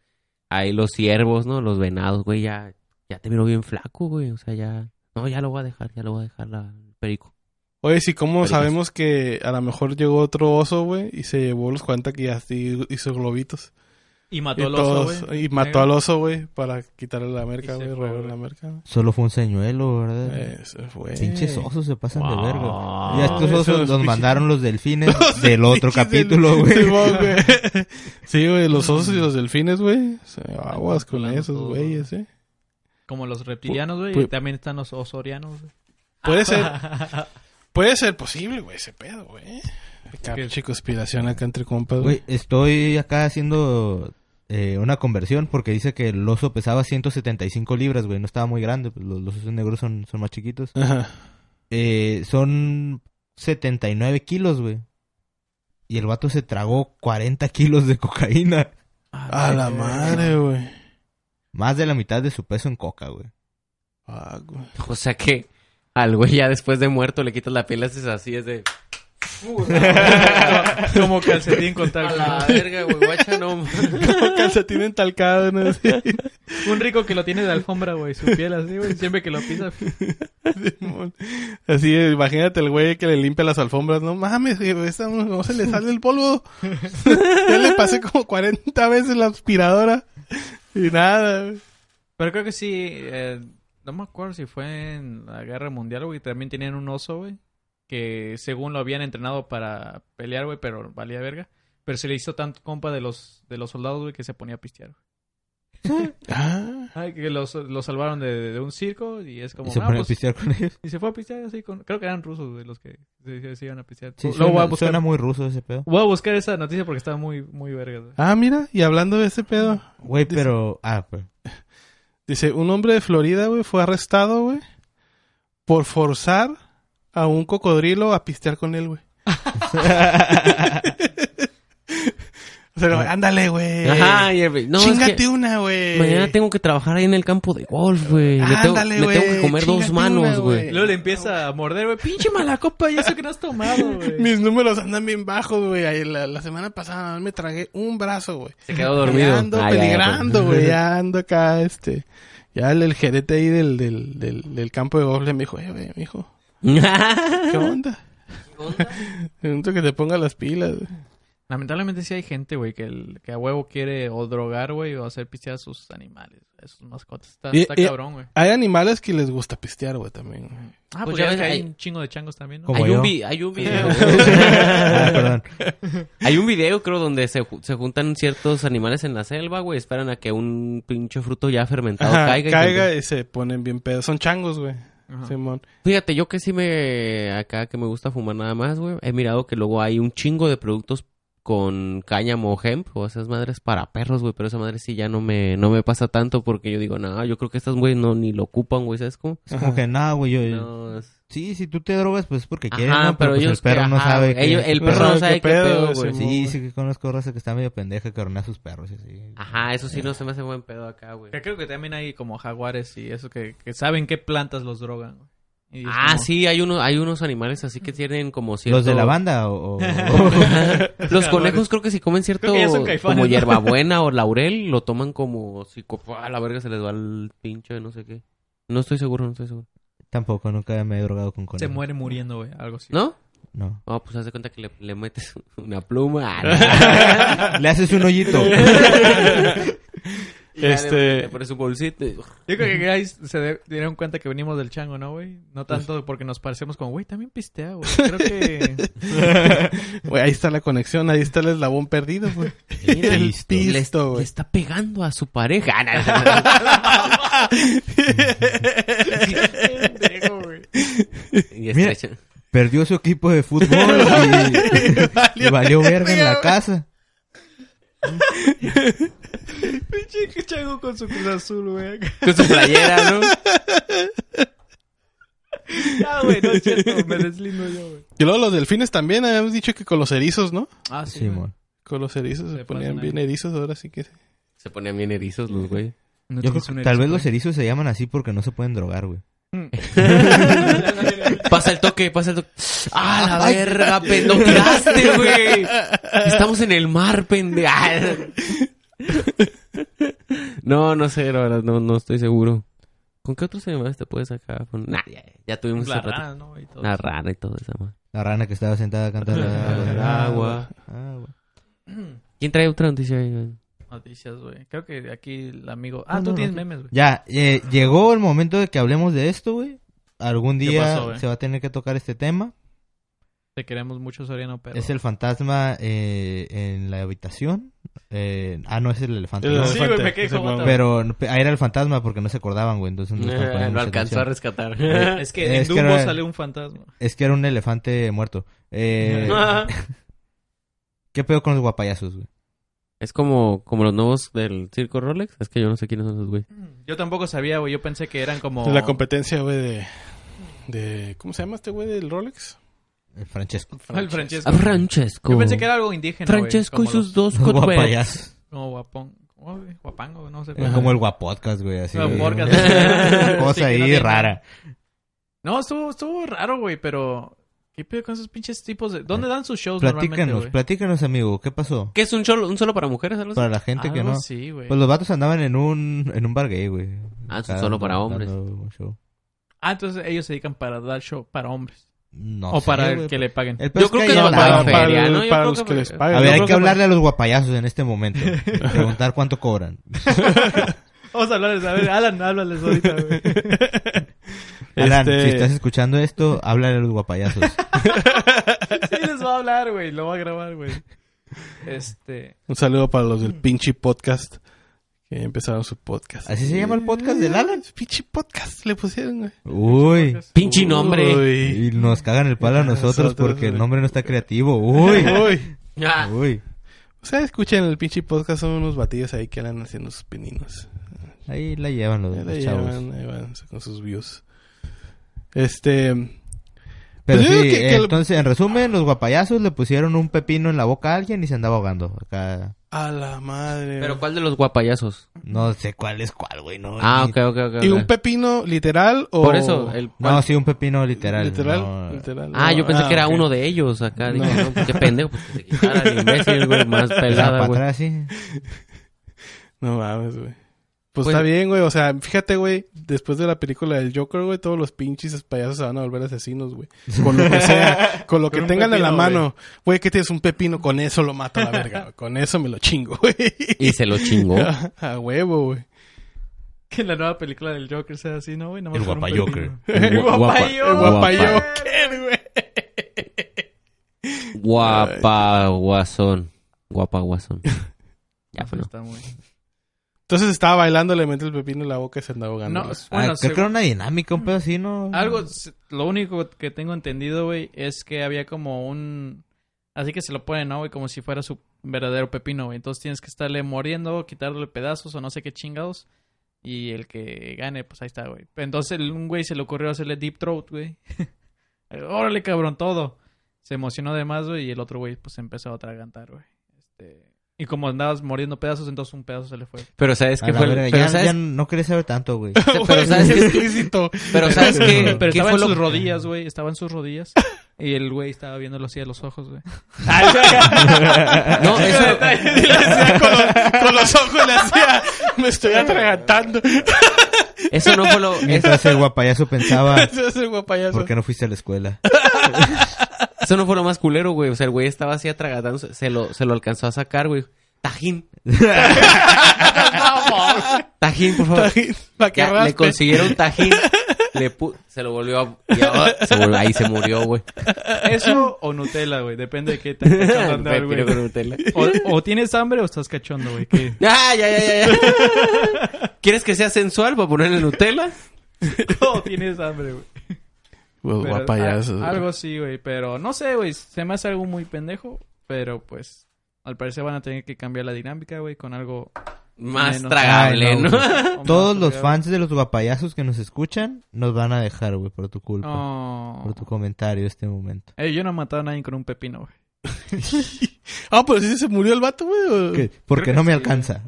Speaker 3: Ahí los ciervos, ¿no? Los venados, güey, ya, ya te miro bien flaco, güey. O sea, ya, no, ya lo voy a dejar, ya lo voy a dejar la el perico.
Speaker 4: Oye, si cómo
Speaker 3: Pericos.
Speaker 4: sabemos que a lo mejor llegó otro oso, güey, y se llevó los 40 que ya hizo hizo globitos.
Speaker 1: Y
Speaker 4: Y,
Speaker 1: mató al
Speaker 4: todos-
Speaker 1: oso, güey.
Speaker 4: y mató al oso, güey, para quitarle la merca,
Speaker 1: Y se
Speaker 4: güey,
Speaker 1: fue,
Speaker 4: robarle
Speaker 1: güey.
Speaker 4: la merca. güey.
Speaker 2: Solo fue un señuelo, ¿verdad?
Speaker 4: Ese fue.
Speaker 2: Eh, Pinches osos se pasan de
Speaker 3: Wow.
Speaker 2: verga.
Speaker 1: Ah,
Speaker 2: Y a estos
Speaker 4: Esos
Speaker 2: osos los
Speaker 4: pinches-
Speaker 2: mandaron los delfines del otro
Speaker 4: Pinches del-
Speaker 2: capítulo, güey.
Speaker 4: Simón, güey. Sí, güey, los osos y los delfines, güey. Se- Aguas con
Speaker 1: Controlando
Speaker 4: esos,
Speaker 1: todo,
Speaker 4: güeyes, eh.
Speaker 1: Como los reptilianos, güey,
Speaker 4: Pu-
Speaker 1: y también están los osorianos, güey.
Speaker 4: Puede ser, puede ser posible, güey, ese pedo, güey. Acá,
Speaker 1: que-
Speaker 4: pinche conspiración acá entre compas, güey.
Speaker 2: Güey, estoy acá haciendo eh, una conversión porque dice que el oso pesaba 175 libras, güey. No estaba muy grande. pues, Los, los osos negros son, son más chiquitos.
Speaker 4: Ajá.
Speaker 2: Eh, son 79 kilos, güey. Y el vato se tragó 40 kilos de cocaína.
Speaker 4: A
Speaker 3: Ah,
Speaker 4: la madre, güey.
Speaker 2: Más de la mitad de su peso en coca, güey.
Speaker 4: Ah, güey.
Speaker 3: O sea que al güey ya después de muerto le quitas la piel, haces así, es de...
Speaker 1: Como calcetín con
Speaker 3: A
Speaker 1: tal.
Speaker 3: la verga, güey, guacha, no.
Speaker 4: calcetín entalcado, ¿no? Sí.
Speaker 1: Un rico que lo tiene de alfombra, güey, su piel así, güey, siempre que lo pisa.
Speaker 4: Simón. Así, eh, imagínate el güey que le limpia las alfombras. No mames, güey, esa no, no se le sale el polvo. ya le pasé como 40 veces la aspiradora. Y nada, güey.
Speaker 1: Pero creo que sí, eh, no me acuerdo si fue en la guerra mundial, güey, también tenían un oso, güey, que según lo habían entrenado para pelear, güey, pero valía verga. Pero se le hizo tanto compa de los, de los soldados, güey, que se ponía a pistear. güey.
Speaker 4: Ah,
Speaker 1: Ay, que los- lo salvaron de, de un circo y es como...
Speaker 2: y se
Speaker 1: "No,
Speaker 2: pone
Speaker 1: pues",
Speaker 2: a pistear con ellos.
Speaker 1: y se fue a pistear así con... Creo que eran rusos, güey, los que se, se- se iban a pistear.
Speaker 2: Sí,
Speaker 1: Luego voy a
Speaker 2: suena,
Speaker 1: buscar...
Speaker 2: suena muy ruso ese pedo.
Speaker 1: Voy a buscar esa noticia porque estaba muy, muy verga, güey.
Speaker 4: ah, mira, y hablando de ese pedo.
Speaker 2: Güey,
Speaker 4: Dice-
Speaker 2: pero... Ah, pues.
Speaker 4: Dice, un hombre de Florida, güey, fue arrestado, güey, por forzar a un cocodrilo a pistear con él, güey. o sea, como, ándale, güey.
Speaker 3: Ah. Ajá, y el güey, no, es
Speaker 4: Chingate
Speaker 3: que-
Speaker 4: una, güey.
Speaker 3: Mañana tengo que trabajar ahí en el campo de golf, güey. Le tengo,
Speaker 4: Ándale,
Speaker 3: me
Speaker 4: güey,
Speaker 3: tengo que comer dos
Speaker 4: chíngate una,
Speaker 3: manos,
Speaker 1: Y
Speaker 4: güey.
Speaker 3: güey.
Speaker 1: Luego le empieza a morder, güey. Pinche mala copa, y eso que no has tomado, güey.
Speaker 4: Mis números andan bien bajos, güey. Ahí La, la semana pasada me tragué un brazo, güey.
Speaker 3: Se quedó
Speaker 4: Ya
Speaker 3: dormido.
Speaker 4: ando
Speaker 3: Ah, ya, ya,
Speaker 4: peligrando, güey. Ya ando acá, este. Ya el, el gerente ahí del, del, del, del campo de golf le me dijo, eh, güey, mijo, ¿qué onda? Necesito que te ponga las pilas, güey.
Speaker 1: Lamentablemente sí hay gente, güey, que, el- que a huevo quiere o drogar, güey, o hacer pistear a sus animales, a sus mascotas. Está,
Speaker 4: Y-
Speaker 1: está
Speaker 4: y-
Speaker 1: cabrón, güey.
Speaker 4: Hay animales que les gusta pistear, güey, también. güey.
Speaker 1: Ah,
Speaker 3: Pues
Speaker 1: pues
Speaker 3: ya
Speaker 1: ya ves
Speaker 3: ves,
Speaker 1: que hay
Speaker 3: hay-
Speaker 1: un chingo de changos también, ¿no?
Speaker 2: Como
Speaker 3: Hay
Speaker 2: yo.
Speaker 3: un, vi- hay un video.
Speaker 2: Ah, perdón.
Speaker 3: hay un video, creo, donde se, ju- se juntan ciertos animales en la selva, güey. Esperan a que un pinche fruto ya fermentado
Speaker 4: Ajá,
Speaker 3: caiga.
Speaker 4: caiga,
Speaker 3: y-
Speaker 4: y se ponen bien pedos. Son changos, güey.
Speaker 1: Ajá.
Speaker 4: Simón.
Speaker 3: Fíjate, yo que sí me. Acá que me gusta fumar nada más, güey. He mirado que luego hay un chingo de productos con cáñamo o hemp o esas madres para perros, güey. Pero esa madre sí ya no me, no me pasa tanto porque yo digo, no, yo creo que estas, güey, no ni lo ocupan, güey. ¿Sabes cómo?
Speaker 2: Es como que nada, güey. Yo,
Speaker 3: No, es-
Speaker 2: Sí, si tú te drogas, pues porque quieres,
Speaker 3: Ajá,
Speaker 2: ¿no? Pero,
Speaker 3: pero
Speaker 2: pues,
Speaker 3: ellos
Speaker 2: el perro
Speaker 3: que-
Speaker 2: no
Speaker 3: ajá,
Speaker 2: sabe
Speaker 3: güey. Ellos-
Speaker 2: que... pues,
Speaker 3: el perro no sabe qué pedo, güey.
Speaker 4: Simón,
Speaker 2: Sí, sí que conozco raza que está medio pendeja que hornea sus perros y así. Eh,
Speaker 3: Ajá, eso sí no se me hace buen pedo acá, güey.
Speaker 1: Que creo que también hay como jaguares y eso que, que saben qué plantas los drogan, güey. Y es
Speaker 3: Ah,
Speaker 1: como-
Speaker 3: sí, hay, uno, hay unos animales así que tienen como cierto...
Speaker 2: ¿Los de la banda o...? o-
Speaker 3: Los conejos creo que si comen cierto
Speaker 1: Creo que ya son caifanes, ¿no?
Speaker 3: como hierbabuena o laurel, lo toman como si co- a la verga se les va el pincho de no sé qué. No estoy seguro, no estoy seguro.
Speaker 2: Tampoco, nunca me he drogado con
Speaker 1: Se
Speaker 2: conejos.
Speaker 1: muere muriendo, güey, algo así.
Speaker 3: ¿No?
Speaker 2: No.
Speaker 3: No, pues haz de cuenta que le, le metes una pluma. Ah,
Speaker 2: Le haces un hoyito.
Speaker 3: no. Y ya le-
Speaker 4: Este-
Speaker 3: Le pones un bolsito. y-
Speaker 1: Yo creo que ahí se de- dieron cuenta que venimos del chango, ¿no, güey? No tanto porque nos parecemos como, güey, también pistea, güey. Creo que...
Speaker 4: Güey, ahí está la conexión, ahí está el eslabón perdido, güey.
Speaker 3: Mira,
Speaker 4: El
Speaker 2: listo.
Speaker 3: le- le,
Speaker 4: pisto, güey.
Speaker 3: está pegando a su pareja. Ah, no.
Speaker 1: Pendejo, güey.
Speaker 3: y
Speaker 2: Mira.
Speaker 3: estrecha.
Speaker 2: Perdió su equipo de fútbol y, y valió verga en la casa.
Speaker 1: Pinche chango con su cruz azul, güey.
Speaker 3: Con su playera, ¿no?
Speaker 1: Ah, güey, no es cierto. Me deslindo yo, güey.
Speaker 4: Y luego los delfines también habíamos dicho que con los erizos, ¿no?
Speaker 1: Ah, sí, güey.
Speaker 2: Simón.
Speaker 4: Con los erizos se,
Speaker 1: Se
Speaker 4: ponían
Speaker 1: pasan
Speaker 4: bien erizos, ahora sí que sí.
Speaker 3: Se ponían bien erizos los güey.
Speaker 1: No
Speaker 2: Yo creo
Speaker 1: tienes un
Speaker 2: que tal vez
Speaker 1: erizo,
Speaker 2: los erizos se llaman así porque no se pueden drogar, güey.
Speaker 3: Pasa el toque, pasa el toque. ¡Ah, la verga, pendejo! tiraste, güey! Estamos en el mar, pendejo. No, no sé, la verdad, no, no estoy seguro. ¿Con qué otros animales te puedes sacar? Con- Nah, ya, ya tuvimos
Speaker 1: La
Speaker 3: hace rato.
Speaker 1: rana, Ah, ¿no? Y todo.
Speaker 3: La rana y todo eso, man.
Speaker 2: La rana que estaba sentada cantando.
Speaker 3: El agua.
Speaker 2: agua.
Speaker 3: ¿Quién trae otra noticia ahí, güey?
Speaker 1: Noticias, güey. Creo que aquí el amigo... Ah,
Speaker 2: No,
Speaker 1: tú
Speaker 2: no,
Speaker 1: tienes
Speaker 2: no.
Speaker 1: memes, güey.
Speaker 2: Ya, eh, llegó el momento de que hablemos de esto, güey. Algún
Speaker 1: ¿Qué
Speaker 2: día
Speaker 1: pasó, güey?
Speaker 2: se va a tener que tocar este tema.
Speaker 1: Te queremos mucho, Soriano, pero...
Speaker 2: Es el fantasma eh, en la habitación. Eh, ah, no, es el elefante.
Speaker 4: El
Speaker 2: ¿no?
Speaker 1: Sí, güey, me quedé
Speaker 4: Ese
Speaker 1: como
Speaker 4: huevo.
Speaker 1: tabla.
Speaker 2: Pero ahí era el fantasma porque no se acordaban, güey. Entonces no
Speaker 1: Eh,
Speaker 2: estaban poniendo
Speaker 3: Eh, lo
Speaker 2: mucha
Speaker 3: alcanzó a
Speaker 2: atención.
Speaker 3: rescatar.
Speaker 2: Eh,
Speaker 1: Es que
Speaker 2: Es
Speaker 1: en
Speaker 2: que
Speaker 1: Dumbo
Speaker 2: era-
Speaker 1: sale un fantasma.
Speaker 2: Es que era un elefante muerto. Eh,
Speaker 1: Ah.
Speaker 2: ¿Qué pedo con los guapayazos, güey?
Speaker 3: es como, como los nuevos del circo Rolex. Es que yo no sé quiénes son esos, güey.
Speaker 1: Yo tampoco sabía, güey. Yo pensé que eran como...
Speaker 4: La competencia, güey, de, de... ¿Cómo se llama este güey del Rolex?
Speaker 2: El Francesco.
Speaker 1: El Francesco.
Speaker 3: A Ah, Francesco.
Speaker 1: Yo pensé que era algo indígena, güey,
Speaker 3: Francesco
Speaker 1: como
Speaker 3: y sus
Speaker 1: los-
Speaker 3: dos
Speaker 2: Los
Speaker 3: cotweros.
Speaker 2: guapayazos.
Speaker 1: Como guapón... ¿cómo, güey? Guapango, no sé.
Speaker 2: Es como el guapodcast, güey. Así.
Speaker 1: Como podcast.
Speaker 2: Cosa
Speaker 1: Sí, que no
Speaker 2: ahí
Speaker 1: tiene-
Speaker 2: rara.
Speaker 1: No, estuvo, estuvo raro, güey, pero... ¿Qué pedo con esos pinches tipos de...? ¿Dónde dan sus shows normalmente,
Speaker 2: Eh, Platícanos,
Speaker 1: güey?
Speaker 2: platícanos, amigo. ¿Qué pasó?
Speaker 3: ¿Qué es un solo, un solo para mujeres? algo así?
Speaker 2: Para la gente que
Speaker 1: Algo
Speaker 2: no.
Speaker 1: Ah, sí, güey.
Speaker 2: Pues los vatos andaban en un, en un bar gay, güey.
Speaker 3: Ah, eso
Speaker 2: Cada
Speaker 3: solo para
Speaker 2: dando
Speaker 3: hombres.
Speaker 2: un show.
Speaker 1: Ah, entonces ellos se dedican para dar show para hombres.
Speaker 2: No
Speaker 1: o
Speaker 2: sé,
Speaker 1: para el
Speaker 2: güey.
Speaker 1: que le paguen.
Speaker 2: El
Speaker 3: Yo
Speaker 2: pedo
Speaker 3: creo
Speaker 2: es
Speaker 3: que
Speaker 2: ahí
Speaker 3: los
Speaker 2: hablaban,
Speaker 3: Ah, para
Speaker 4: para,
Speaker 2: güey.
Speaker 3: feria,
Speaker 4: para
Speaker 3: ¿no?
Speaker 4: los,
Speaker 3: Yo
Speaker 4: para
Speaker 3: creo
Speaker 4: los
Speaker 3: que
Speaker 4: que les
Speaker 3: fue-
Speaker 4: pagan.
Speaker 2: A ver,
Speaker 4: Yo
Speaker 2: hay
Speaker 4: creo
Speaker 2: que hablarle a los guapayazos en este momento. Preguntar cuánto cobran.
Speaker 1: Vamos a hablarles, a ver, Alan, háblales ahorita, güey.
Speaker 2: Alan,
Speaker 4: Este-
Speaker 2: si estás escuchando esto, háblale a los guapayazos.
Speaker 1: Sí les va a hablar, güey, lo va a grabar, güey. Este,
Speaker 4: Un saludo para los del pinche podcast que empezaron su podcast. Eh,
Speaker 2: ¿Así se llama el podcast del Alan?
Speaker 4: Pinche podcast le pusieron, güey.
Speaker 2: Uy.
Speaker 3: Pinche nombre.
Speaker 4: Uy.
Speaker 2: Y nos cagan el palo a nosotros
Speaker 4: Nosotros,
Speaker 2: porque el
Speaker 4: güey.
Speaker 2: nombre no está creativo. Uy.
Speaker 4: Uy.
Speaker 3: Ah,
Speaker 2: Uy.
Speaker 4: O sea, escuchen el pinche podcast, son unos batidos ahí que andan haciendo sus pininos.
Speaker 2: Ahí la llevan los,
Speaker 4: Ahí
Speaker 2: los
Speaker 4: la
Speaker 2: chavos.
Speaker 4: llevan, ahí van con sus views. Este,
Speaker 2: Pero
Speaker 4: Pues yo
Speaker 2: sí,
Speaker 4: digo que- que el-
Speaker 2: entonces, en resumen, los guapayazos le pusieron un pepino en la boca a alguien y se andaba ahogando. Acá,
Speaker 4: a la madre.
Speaker 3: Pero
Speaker 4: güey.
Speaker 3: ¿cuál de los guapayazos?
Speaker 2: no sé cuál es cuál, güey, no.
Speaker 3: Ah,
Speaker 2: ni-
Speaker 3: ok, ok, ok.
Speaker 4: ¿Y
Speaker 3: ok.
Speaker 4: un pepino literal o...?
Speaker 3: Por eso, el...
Speaker 2: No, sí, un pepino literal.
Speaker 4: Literal,
Speaker 2: no.
Speaker 4: literal.
Speaker 3: Ah, yo pensé que era
Speaker 4: ok.
Speaker 3: uno de ellos acá. Dije,
Speaker 4: No.
Speaker 3: no, pues, qué pendejo, pues que se quitara el imbécil, güey, más
Speaker 2: O sea, para
Speaker 3: pelada, güey.
Speaker 2: atrás, sí.
Speaker 4: No mames, güey. Pues,
Speaker 3: Pues-
Speaker 4: está bien, güey. O sea, fíjate, güey. Después de la película del Joker, güey, todos los pinches payasos se van a volver asesinos, güey. Con lo que sea. Con lo que
Speaker 1: Con un
Speaker 4: tengan en la
Speaker 1: pepino,
Speaker 4: mano. Güey, que tienes un pepino. Con eso lo mato a la verga. güey. Con eso me lo chingo, güey.
Speaker 3: Y se lo chingó.
Speaker 4: a huevo, güey.
Speaker 1: que la nueva película del Joker sea así, ¿no, güey? Nada más
Speaker 2: El
Speaker 1: con un
Speaker 2: guapayoker.
Speaker 1: pepino.
Speaker 3: El
Speaker 1: El
Speaker 3: guapa-
Speaker 1: guapayoker.
Speaker 3: el guapa-
Speaker 4: Guapayoker, güey.
Speaker 3: Guapa guasón. Guapa guasón. Ya fue, ¿no?
Speaker 1: Está muy...
Speaker 4: Entonces estaba bailando, le mete el pepino en la boca y se andaba ahogando.
Speaker 1: No,
Speaker 4: güey.
Speaker 1: es-
Speaker 2: Ah,
Speaker 1: bueno,
Speaker 2: creo
Speaker 1: seg-
Speaker 2: que era una dinámica, un pedo así, ¿no?
Speaker 1: algo, s- lo único que tengo entendido, güey, es que había como un... Así que se lo ponen, ¿no, güey? Como si fuera su verdadero pepino, güey. Entonces tienes que estarle mordiendo, quitarle pedazos o no sé qué chingados. Y el que gane, pues ahí está, güey. Entonces el- un güey se le ocurrió hacerle deep throat, güey. Órale, cabrón, todo. Se emocionó de más, güey, y el otro güey, pues empezó a atragantar, güey. Este... Y como andabas mordiendo pedazos, entonces un pedazo se le fue.
Speaker 3: Pero sabes
Speaker 2: A
Speaker 3: que
Speaker 2: la
Speaker 3: fue... el-
Speaker 2: verga,
Speaker 3: Pero
Speaker 2: ya, ya
Speaker 3: sabes...
Speaker 2: no quería saber tanto, güey.
Speaker 3: Pero sabes
Speaker 4: Güey,
Speaker 3: que...
Speaker 4: explícito.
Speaker 3: Pero sabes que...
Speaker 1: Pero
Speaker 3: ¿qué
Speaker 1: estaba
Speaker 3: fue
Speaker 1: en
Speaker 3: lo-
Speaker 1: sus rodillas, güey. Estaba en sus rodillas. Y el güey estaba viéndolo así a los ojos, güey.
Speaker 3: Ah, No, eso...
Speaker 4: Y le hacía con, los, con los ojos, le hacía. Me estoy atragantando.
Speaker 3: Eso no fue lo... Eso,
Speaker 2: Mientras el guapayazo pensaba,
Speaker 4: Ese es el guapayazo.
Speaker 2: ¿por qué no fuiste a la escuela?
Speaker 3: eso no fue lo más culero, güey. O sea, el güey estaba así atragantando. Se lo, se lo alcanzó a sacar, güey. Tajín. Tajín, por favor.
Speaker 4: Para que
Speaker 3: Ya,
Speaker 4: raspe.
Speaker 3: le consiguieron tajín. le pu- se lo volvió a... y ahora- se volvió- ahí se murió, güey.
Speaker 1: ¿Eso o Nutella, güey? Depende de qué tan cachondo
Speaker 3: Me
Speaker 1: andas,
Speaker 3: tiró con
Speaker 1: güey.
Speaker 3: Nutella.
Speaker 1: O, o tienes hambre o estás cachondo, güey. ¿Qué?
Speaker 3: Ah, ya, ya, ya, ya. ¿Quieres que sea sensual para ponerle Nutella?
Speaker 1: O tienes hambre, güey.
Speaker 4: Los
Speaker 1: Pero,
Speaker 4: guapayazos.
Speaker 1: a- Algo así, güey. Pero no sé, güey. Se me hace algo muy pendejo. Pero pues. al parecer van a tener que cambiar la dinámica, güey, con algo...
Speaker 3: Más
Speaker 1: menos-
Speaker 3: tragable,
Speaker 2: Ay, no,
Speaker 1: o
Speaker 3: ¿no?
Speaker 1: más
Speaker 2: Todos los
Speaker 1: tragable.
Speaker 2: fans de los guapayazos que nos escuchan nos van a dejar, güey, por tu culpa.
Speaker 1: No.
Speaker 2: Por tu comentario este momento.
Speaker 1: Eh, yo no he matado a nadie con un pepino, güey.
Speaker 4: Ah, pero sí se murió el vato, güey. ¿o?
Speaker 2: ¿Qué? Porque
Speaker 1: que
Speaker 2: no me
Speaker 1: sí.
Speaker 2: alcanza.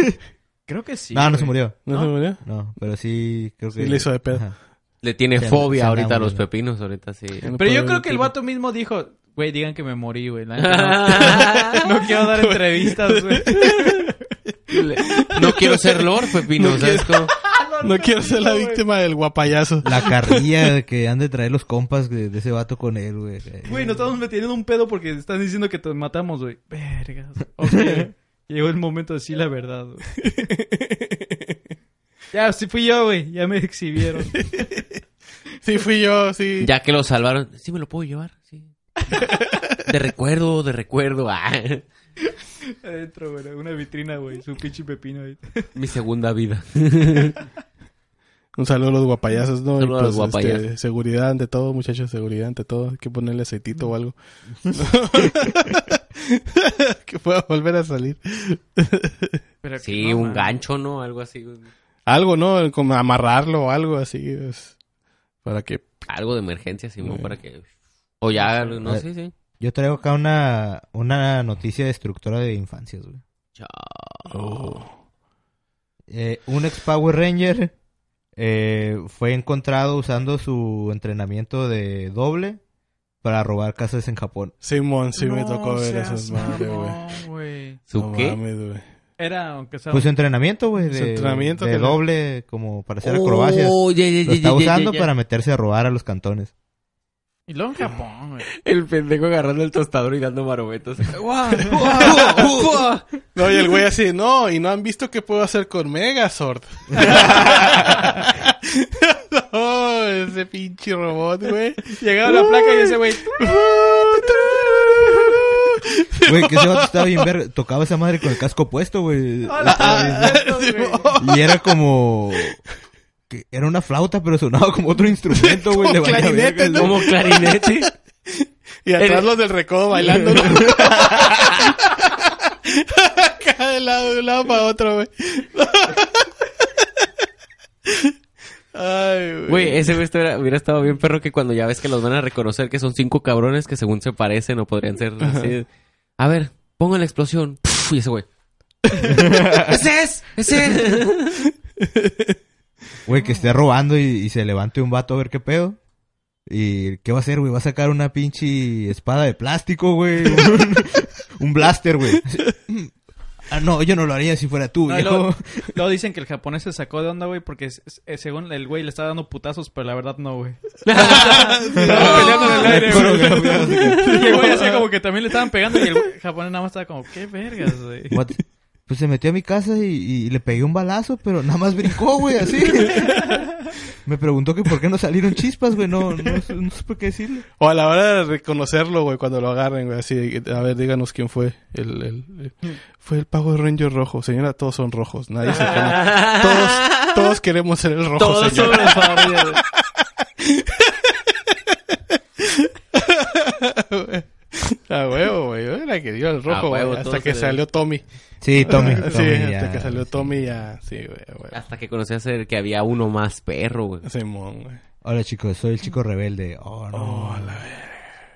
Speaker 1: Creo que sí.
Speaker 2: no, no se
Speaker 1: güey.
Speaker 2: murió.
Speaker 4: ¿No, se murió?
Speaker 2: No, pero sí creo que...
Speaker 4: Sí, le hizo de pedo.
Speaker 2: Ajá.
Speaker 3: Le tiene
Speaker 2: Se-
Speaker 3: fobia
Speaker 2: se
Speaker 3: ahorita a
Speaker 2: enamoró.
Speaker 3: los pepinos, ahorita sí.
Speaker 1: Pero yo creo que el vato mismo dijo, güey, digan que me morí, güey. La neta
Speaker 3: no
Speaker 1: No, no quiero dar entrevistas, güey.
Speaker 3: quiero ser Lord Pepino,
Speaker 4: No
Speaker 3: ¿sabes cómo?
Speaker 4: No quiero ser la víctima del guapayazo.
Speaker 2: La carrilla que han de traer los compas de, de ese vato con él, güey.
Speaker 1: Güey, nos estamos metiendo en un pedo porque están diciendo que te matamos, güey. Vergas. Ok. Llegó el momento de decir la verdad, güey. Ya, sí fui yo, güey. Ya me exhibieron.
Speaker 4: Sí, fui yo, sí.
Speaker 3: Ya que lo salvaron, sí me lo puedo llevar, sí. De recuerdo, de recuerdo. ah.
Speaker 1: Adentro, güey. Una vitrina, güey. Su pinche pepino, güey.
Speaker 3: Mi segunda vida.
Speaker 4: Un saludo a los guapayazos, ¿no?
Speaker 3: Saludo a los
Speaker 4: este,
Speaker 3: guapayazos.
Speaker 4: seguridad ante todo, muchachos, seguridad ante todo. Hay que ponerle aceitito o algo. que pueda volver a salir.
Speaker 1: Pero
Speaker 3: Sí,
Speaker 1: no,
Speaker 3: un
Speaker 1: man.
Speaker 3: gancho, ¿no? Algo así. güey.
Speaker 4: Algo, ¿no? Como amarrarlo o algo así. es- para que...
Speaker 3: Algo de emergencia, Simón, para que... O ya, no sé, sí. Eh,
Speaker 2: Yo traigo acá una, una noticia destructora de infancias, güey.
Speaker 3: Chao. Oh.
Speaker 2: Eh, un ex Power Ranger eh, fue encontrado usando su entrenamiento de doble para robar casas en Japón.
Speaker 4: Simón, sí me
Speaker 1: No
Speaker 4: tocó ver
Speaker 1: seas
Speaker 4: esas madres, güey.
Speaker 1: mamón, güey.
Speaker 3: ¿Su
Speaker 4: No
Speaker 3: qué?
Speaker 4: mames, güey.
Speaker 1: Era, aunque sea...
Speaker 2: Pues su entrenamiento, güey,
Speaker 4: Su
Speaker 2: de,
Speaker 4: entrenamiento
Speaker 2: de
Speaker 4: que le-
Speaker 2: doble, como para hacer acrobacias.
Speaker 3: Oh, ya, ya,
Speaker 2: Lo
Speaker 3: ya,
Speaker 2: está
Speaker 3: ya, ya,
Speaker 2: usando
Speaker 3: ya.
Speaker 2: para meterse a robar a los cantones.
Speaker 1: Y luego en Japón, güey.
Speaker 3: El pendejo agarrando el tostador y dando marometas.
Speaker 4: No, y el güey así, no, y no han visto qué puedo hacer con Megazord. no, Oh, ese pinche robot, güey.
Speaker 1: Llegaba la placa y ese güey...
Speaker 2: Güey, que ese vato estaba bien ver, tocaba esa madre con el casco puesto, güey. Eh, Y era como... que era una flauta, pero sonaba como otro instrumento, güey. Le valía
Speaker 4: clarinete,
Speaker 2: verga,
Speaker 3: Como clarinete.
Speaker 4: Y atrás
Speaker 3: Eres-
Speaker 4: los del recodo bailando. ¿no? Acá de lado, de un lado para otro, güey. Ay, güey.
Speaker 3: Güey, eh, ese güey estuviera- hubiera estado bien perro que cuando ya ves que los van a reconocer que son cinco cabrones que según se parecen o podrían ser así. A ver, pongo la explosión. Puf, Y ese güey. ¡Ese es! ¡Ese es!
Speaker 2: Güey, que esté robando y, y se levante un vato a ver qué pedo. ¿Y qué va a hacer, güey? Va a sacar una pinche espada de plástico, güey. Un, un blaster, güey. Ah, no, yo no lo haría si fuera tú,
Speaker 4: Ah,
Speaker 1: No, y
Speaker 2: viejo.
Speaker 1: luego, luego dicen que el japonés se sacó de onda, güey, porque es- es- eh, según el güey le está dando putazos, pero la verdad no, güey. Estaban peleando en el aire, güey. Y el güey hacía como que también le estaban pegando y el güey japonés nada más estaba como, qué vergas, güey.
Speaker 2: What? Pues se metió a mi casa y, y le pegué un balazo, pero nada más brincó, güey, así. Me preguntó que por qué no salieron chispas, güey. No, no, su- no supe qué decirle.
Speaker 4: O a la hora de reconocerlo, güey, cuando lo agarren, güey, así, a ver, díganos quién fue. El, el-
Speaker 1: Mm.
Speaker 4: el- fue el Power Ranger rojo. Señora, todos son rojos. Nadie se quema. Todos, todos queremos ser el rojo,
Speaker 3: Todos
Speaker 4: señora.
Speaker 3: son los favoritos.
Speaker 4: A huevo, güey. Era que dio el rojo,
Speaker 3: A
Speaker 4: güey.
Speaker 3: huevo,
Speaker 4: Hasta
Speaker 3: todos
Speaker 4: que
Speaker 3: se-
Speaker 4: salió Tommy.
Speaker 2: Sí, Tommy. Tommy
Speaker 4: Ah, sí, hasta
Speaker 2: ya.
Speaker 4: que salió Tommy ya. Sí, güey, a huevo.
Speaker 3: Hasta que conocí a ser que había uno más perro, güey.
Speaker 4: Simón, güey.
Speaker 2: Hola, chicos, soy el chico rebelde. Oh, no.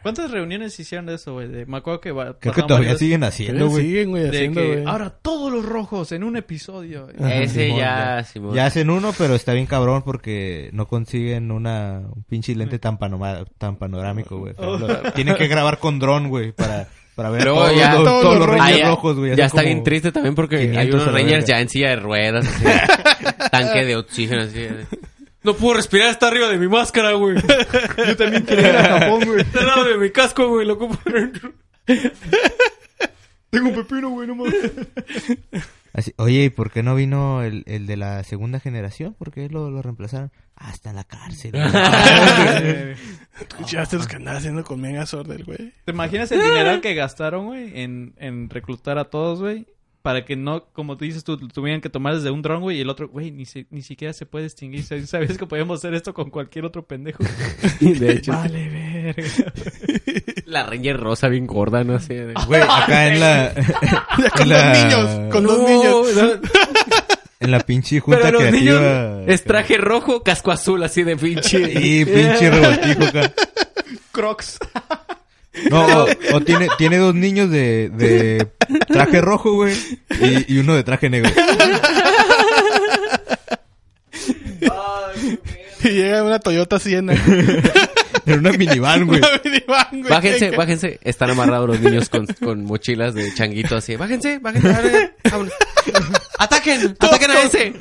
Speaker 1: ¿Cuántas reuniones hicieron de eso, güey? De- Me acuerdo que... va-
Speaker 2: Creo que
Speaker 1: pasaban
Speaker 2: todavía
Speaker 1: varios
Speaker 2: siguen
Speaker 4: Todavía
Speaker 2: haciendo, güey.
Speaker 4: siguen, güey,
Speaker 1: de
Speaker 4: haciendo,
Speaker 1: que,
Speaker 4: güey.
Speaker 1: Ahora todos los rojos en un episodio. güey.
Speaker 3: Ese
Speaker 2: Simón,
Speaker 3: ya, Simón.
Speaker 2: Ya hacen uno, pero está bien cabrón porque no consiguen una, un pinche lente tan, panoma- tan panorámico, güey. Por ejemplo, Tienen que grabar con dron, güey, para, para ver
Speaker 3: Luego
Speaker 2: todos,
Speaker 3: ya-
Speaker 2: los, todos los
Speaker 3: Ah,
Speaker 2: reyes
Speaker 3: ya,
Speaker 2: rojos, güey.
Speaker 3: ya
Speaker 2: Así
Speaker 3: está
Speaker 2: como-
Speaker 3: bien triste también porque hay
Speaker 2: 500 a
Speaker 3: unos
Speaker 2: la
Speaker 3: Rangers
Speaker 2: verga.
Speaker 3: ya en silla de ruedas, así, tanque de oxígeno, así. No puedo respirar hasta arriba de mi máscara, güey. Yo también quería ir a Japón, güey. Está al lado de mi casco, güey, lo ocupo.
Speaker 1: Tengo un pepino, güey, no mames.
Speaker 2: Así, Oye, ¿y por qué no vino el, el de la segunda generación? ¿Por qué lo, lo reemplazaron? Ah, está en la cárcel. güey. Ah,
Speaker 4: ¿Escuchaste los que andaba haciendo con Megazord, el güey?
Speaker 1: ¿Te imaginas el dinero que gastaron, güey, en, en reclutar a todos, güey? para que no, como tú dices, tú tuvieran que tomar desde un dron, güey, y el otro, güey, ni, se- ni siquiera se puede distinguir. ¿Sabías que podíamos hacer esto con cualquier otro pendejo?
Speaker 3: De hecho,
Speaker 1: Vale, verga.
Speaker 3: la Ranger rosa bien gorda, no sé. de-
Speaker 2: Güey, acá en la...
Speaker 4: con
Speaker 2: la-
Speaker 4: los niños, con los
Speaker 3: No,
Speaker 4: niños.
Speaker 3: no,
Speaker 2: En la pinche junta
Speaker 3: pero los niños este,
Speaker 2: creativa...
Speaker 3: es traje rojo, casco azul, así de pinche.
Speaker 2: Y pinche revoltijo acá.
Speaker 1: Crocs.
Speaker 2: No, o, o tiene, tiene dos niños de, de traje rojo, güey, y, y uno de traje negro.
Speaker 4: Y llega una Toyota Siena.
Speaker 2: En una minivan, güey.
Speaker 4: Una minivan, güey.
Speaker 3: Bájense, bájense. Están amarrados los niños con, con mochilas de changuito así. Bájense, bájense. ábrele, vámonos. Ataquen, ataquen a ese.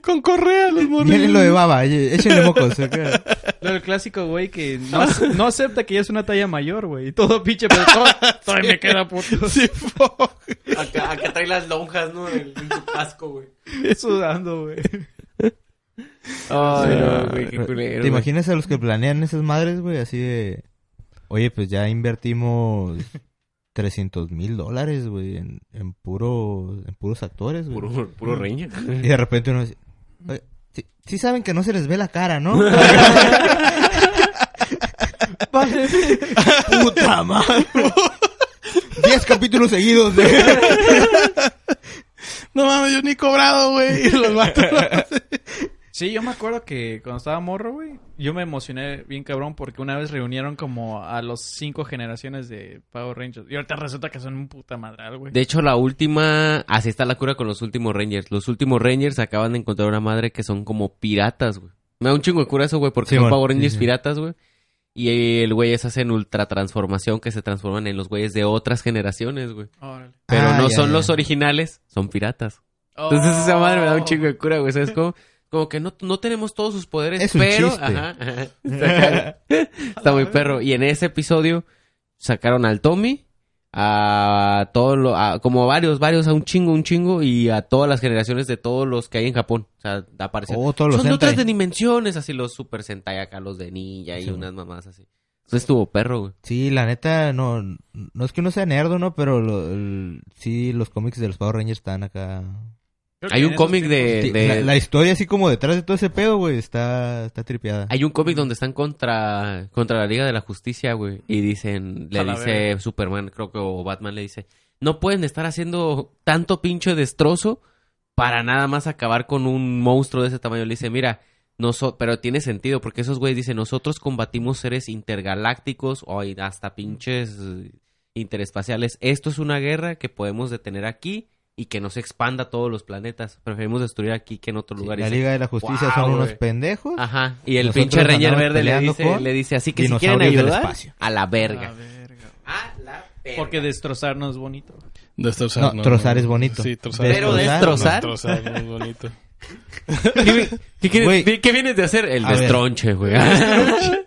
Speaker 4: Con correa los morrillos.
Speaker 2: Mírenlo de baba, e- échenle mocos. acá.
Speaker 1: Lo del clásico, güey, que no, ac- no acepta que ya es una talla mayor, güey. Y Todo pinche, pero todo, todavía me queda puto.
Speaker 4: Sí, po.
Speaker 3: Acá, acá trae las lonjas, ¿no? En, en su casco, güey.
Speaker 1: Sudando, güey.
Speaker 3: Ay, no,
Speaker 2: Ah,
Speaker 3: güey, qué culero.
Speaker 2: ¿Te
Speaker 3: güey.
Speaker 2: imaginas a los que planean esas madres, güey? Así de... Oye, pues ya invertimos 300 mil dólares, güey, en, en, puro, en puros actores, güey.
Speaker 3: Puro, puro Ranger.
Speaker 2: Y de repente uno dice... "Oye, sí, sí saben que no se les ve la cara, ¿no?
Speaker 1: Vale,
Speaker 2: ¡Puta madre! Diez capítulos seguidos de...
Speaker 4: No mames, yo ni he cobrado, güey. Y los mato.
Speaker 1: Sí, yo me acuerdo que cuando estaba morro, güey, yo me emocioné bien cabrón porque una vez reunieron como a los cinco generaciones de Power Rangers. Y ahorita resulta que son un puta madral, güey.
Speaker 3: De hecho, la última. Así está la cura con los últimos Rangers. Los últimos Rangers acaban de encontrar una madre que son como piratas, güey. Me da un chingo de cura eso, güey, porque
Speaker 2: Sí,
Speaker 3: son
Speaker 2: bueno,
Speaker 3: Power
Speaker 2: sí,
Speaker 3: Rangers
Speaker 2: sí.
Speaker 3: piratas, güey. Y el güey es hacen ultra transformación que se transforman en los güeyes de otras generaciones, güey.
Speaker 1: Órale.
Speaker 3: Pero
Speaker 2: Ah,
Speaker 3: no
Speaker 2: ya,
Speaker 3: son
Speaker 2: ya.
Speaker 3: los originales, son piratas. Entonces esa madre me da
Speaker 1: Oh.
Speaker 3: un chingo de cura, güey. ¿Sabes cómo? Como que no, no tenemos todos sus poderes,
Speaker 2: Es un
Speaker 3: pero...
Speaker 2: chiste.
Speaker 3: ajá, ajá. Sacaron- Está muy perro. Y en ese episodio sacaron al Tommy, a todos lo- a- como varios, varios, a un chingo, un chingo, y a todas las generaciones de todos los que hay en Japón. O sea, aparecen.
Speaker 2: Oh, todos los
Speaker 3: Son de otras
Speaker 2: hentai.
Speaker 3: dimensiones, así los Super Sentai acá, los de ninja y
Speaker 2: Sí.
Speaker 3: unas mamás así. Entonces estuvo perro, güey.
Speaker 2: Sí, la neta, no, no es que uno sea nerdo, ¿no? Pero lo- el- sí, los cómics de los Power Rangers están acá.
Speaker 1: Creo que
Speaker 3: Hay un
Speaker 1: en esos
Speaker 3: cómic
Speaker 1: tiempos-
Speaker 3: de...
Speaker 2: Sí,
Speaker 3: de-
Speaker 2: La, la historia así como detrás de todo ese pedo, güey, está, está tripeada.
Speaker 3: Hay un cómic donde están contra, contra la Liga de la Justicia, güey. Y dicen, le
Speaker 1: A la
Speaker 3: dice
Speaker 1: verga.
Speaker 3: Superman, creo que, o Batman le dice, no pueden estar haciendo tanto pinche destrozo para nada más acabar con un monstruo de ese tamaño. Le dice, mira, noso- pero tiene sentido, porque esos güeyes dicen, nosotros combatimos seres intergalácticos o y hasta pinches eh, interespaciales. Esto es una guerra que podemos detener aquí y que no se expanda a todos los planetas. Preferimos destruir aquí que en otro
Speaker 2: Sí,
Speaker 3: lugar. Y
Speaker 2: la
Speaker 3: dice,
Speaker 2: Liga de la Justicia
Speaker 3: "Guau,
Speaker 2: son unos
Speaker 3: güey". Ah.
Speaker 2: pendejos.
Speaker 3: Ajá. Y el
Speaker 2: Nosotros
Speaker 3: pinche Ranger
Speaker 2: andamos
Speaker 3: Verde le
Speaker 2: peleando
Speaker 3: dice,
Speaker 2: con
Speaker 3: le dice, así que si quieren
Speaker 2: dinosaurios del
Speaker 3: ayudar,
Speaker 2: espacio".
Speaker 3: a la
Speaker 1: A
Speaker 3: verga.
Speaker 1: ver, güey.
Speaker 3: A la verga.
Speaker 1: Porque destrozarnos es bonito.
Speaker 4: Destrozar,
Speaker 2: No, trozar es bonito.
Speaker 4: Sí, trozar.
Speaker 3: Pero
Speaker 4: es bonito.
Speaker 3: destrozar.
Speaker 4: Destrozar no es bonito.
Speaker 3: ¿Qué, qué quieres-
Speaker 2: Güey.
Speaker 3: di- qué vienes de hacer? El
Speaker 2: A ver.
Speaker 3: desstronche, güey.